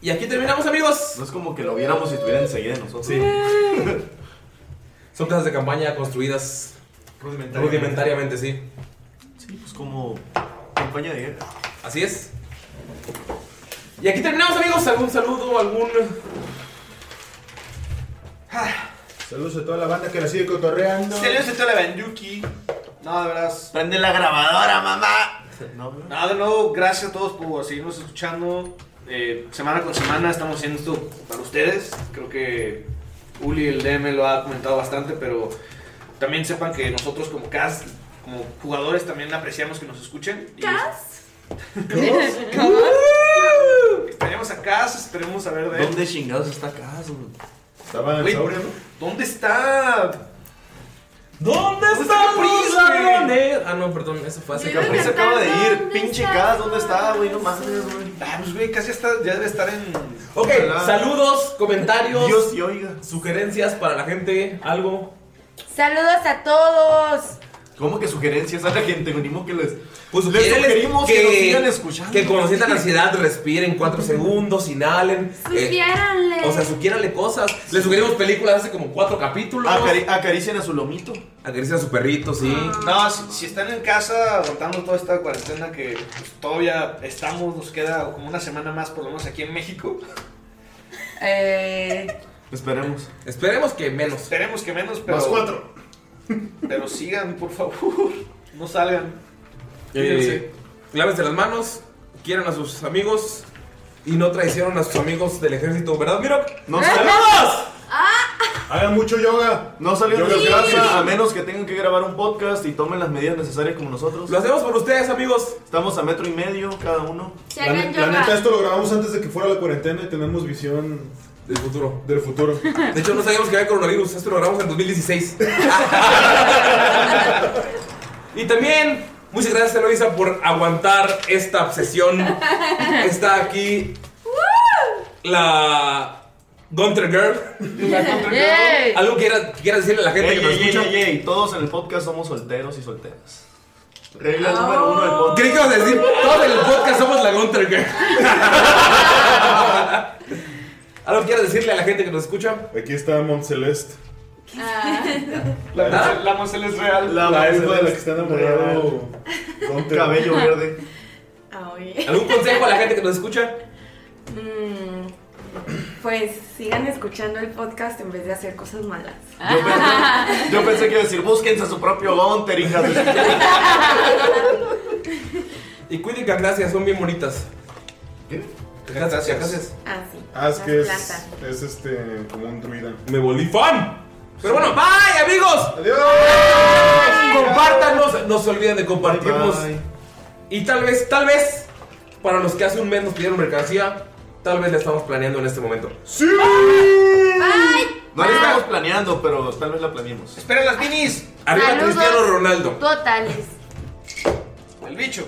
[SPEAKER 1] Y aquí terminamos, amigos.
[SPEAKER 2] No es como que lo viéramos si estuviera enseguida de nosotros.
[SPEAKER 1] Sí. Son casas de campaña construidas rudimentariamente,
[SPEAKER 2] Rudimentariamente.
[SPEAKER 1] sí.
[SPEAKER 2] Sí, pues como campaña de guerra.
[SPEAKER 1] Así es. Y aquí terminamos, amigos. ¿Algún saludo? ¿Algún.?
[SPEAKER 12] Saludos a toda la banda que la sigue cotorreando.
[SPEAKER 6] Saludos a toda la Banduki. No, de veras. Prende la grabadora, mamá. No, de nuevo, gracias a todos por seguirnos escuchando. Eh, semana con semana estamos haciendo esto para ustedes. Creo que Uli, el DM, lo ha comentado bastante, pero también sepan que nosotros como cast, como jugadores, también apreciamos que nos escuchen. Y
[SPEAKER 3] ¿Cas?
[SPEAKER 6] Esperemos a Cas, esperemos a ver de él.
[SPEAKER 2] ¿Dónde chingados está Cas, güey?
[SPEAKER 12] Estaba
[SPEAKER 6] Güey, ¿Dónde está?
[SPEAKER 1] ¿Dónde
[SPEAKER 6] está Capriz, güey?
[SPEAKER 1] Ah, no, perdón, eso fue hace
[SPEAKER 6] Yo iba a
[SPEAKER 1] Capriz.
[SPEAKER 6] cantar,
[SPEAKER 2] acaba de ir,
[SPEAKER 6] ¿dónde
[SPEAKER 2] pinche
[SPEAKER 6] está?
[SPEAKER 2] Cas, ¿dónde está, güey? No
[SPEAKER 6] ¿Dónde
[SPEAKER 2] mames,
[SPEAKER 6] está?
[SPEAKER 2] güey.
[SPEAKER 6] Ah, pues güey, casi está, ya debe estar en.
[SPEAKER 1] Ok,
[SPEAKER 6] Ojalá.
[SPEAKER 1] saludos, comentarios.
[SPEAKER 6] Dios
[SPEAKER 1] Sugerencias para la gente, algo.
[SPEAKER 9] Saludos a todos.
[SPEAKER 2] ¿Cómo que sugerencias a la gente? güey? Ni modo que les,
[SPEAKER 1] Pues
[SPEAKER 2] les sugerimos que, nos sigan escuchando.
[SPEAKER 1] Que cuando sientan ansiedad, respiren cuatro segundos, inhalen.
[SPEAKER 3] Pues,
[SPEAKER 1] eh,
[SPEAKER 3] Sugiéranle.
[SPEAKER 1] o sea, sugiéranle cosas. Les sugerimos películas hace como cuatro capítulos.
[SPEAKER 2] Acari- acaricien a su lomito. Ah.
[SPEAKER 1] Acaricien a su perrito, sí.
[SPEAKER 6] No, si, si están en casa aguantando toda esta cuarentena que pues, todavía estamos, nos queda como una semana más, por lo menos aquí en México.
[SPEAKER 9] Eh,
[SPEAKER 2] Esperemos.
[SPEAKER 1] Esperemos que menos.
[SPEAKER 6] Esperemos que menos, pero.
[SPEAKER 1] Más cuatro.
[SPEAKER 6] Pero sigan, por favor. No salgan.
[SPEAKER 1] Eh, lávense las manos, quieran a sus amigos y no traicionen a sus amigos del ejército, ¿verdad, Miro?
[SPEAKER 3] Ah,
[SPEAKER 2] ¡No
[SPEAKER 1] salimos!
[SPEAKER 2] Hagan mucho yoga. No salgan
[SPEAKER 1] Yoga
[SPEAKER 2] de
[SPEAKER 1] es
[SPEAKER 2] casa,
[SPEAKER 1] gratis.
[SPEAKER 2] a menos que tengan que grabar un podcast y tomen las medidas necesarias como nosotros.
[SPEAKER 1] Lo hacemos por ustedes, amigos.
[SPEAKER 2] Estamos a metro y medio cada uno.
[SPEAKER 3] Se
[SPEAKER 12] La, ne-
[SPEAKER 3] hagan
[SPEAKER 12] la
[SPEAKER 3] yoga.
[SPEAKER 12] neta, esto lo grabamos antes de que fuera la cuarentena y tenemos visión
[SPEAKER 1] del futuro.
[SPEAKER 12] Del futuro.
[SPEAKER 1] De hecho, no sabíamos que había coronavirus. Esto lo grabamos en 2016. y también, muchas gracias a Eloisa por aguantar esta obsesión. Está aquí la Gunter Girl.
[SPEAKER 2] La Gunter Girl.
[SPEAKER 1] Algo que quiera- que quieras decirle a la gente
[SPEAKER 2] Ey,
[SPEAKER 1] que nos
[SPEAKER 2] ey,
[SPEAKER 1] escucha.
[SPEAKER 2] ey, ey, ey, Todos en el podcast somos solteros y solteras. Regla
[SPEAKER 1] Ah.
[SPEAKER 2] número uno del podcast.
[SPEAKER 1] Creí que ibas a decir, todos en el podcast somos la Gunter Girl. ¿Algo quieras decirle a la gente que nos escucha?
[SPEAKER 12] Aquí está Montceleste.
[SPEAKER 6] La, la Marcela es real.
[SPEAKER 12] La,
[SPEAKER 6] Marcela
[SPEAKER 12] hija de la
[SPEAKER 6] es
[SPEAKER 12] que está enamorado. Gunter.
[SPEAKER 2] Cabello verde.
[SPEAKER 14] Ay.
[SPEAKER 1] ¿Algún consejo a la gente que nos escucha?
[SPEAKER 14] Mm, Pues sigan escuchando el podcast en vez de hacer cosas malas.
[SPEAKER 2] Yo pensé que iba a decir, búsquense a su propio Gunter, hija de-
[SPEAKER 1] Y cuídense, gracias, son bien bonitas. ¿Qué? Gracias, gracias.
[SPEAKER 14] Ah, sí.
[SPEAKER 12] Ah, es
[SPEAKER 14] Las
[SPEAKER 12] que es,
[SPEAKER 14] plantas.
[SPEAKER 12] es este como un druida.
[SPEAKER 1] Me volví fan. Pero bueno, bye amigos.
[SPEAKER 12] Adiós.
[SPEAKER 1] Compártanos, no se olviden de compartirnos. Y tal vez, tal vez, para los que hace un mes nos pidieron mercancía, tal vez la estamos planeando en este momento.
[SPEAKER 12] ¡Sí!
[SPEAKER 2] No la estamos planeando, pero tal vez la planeemos.
[SPEAKER 6] ¡Esperen las minis!
[SPEAKER 1] Arriba
[SPEAKER 9] Saludos
[SPEAKER 1] Cristiano Ronaldo.
[SPEAKER 9] Totales.
[SPEAKER 6] El bicho.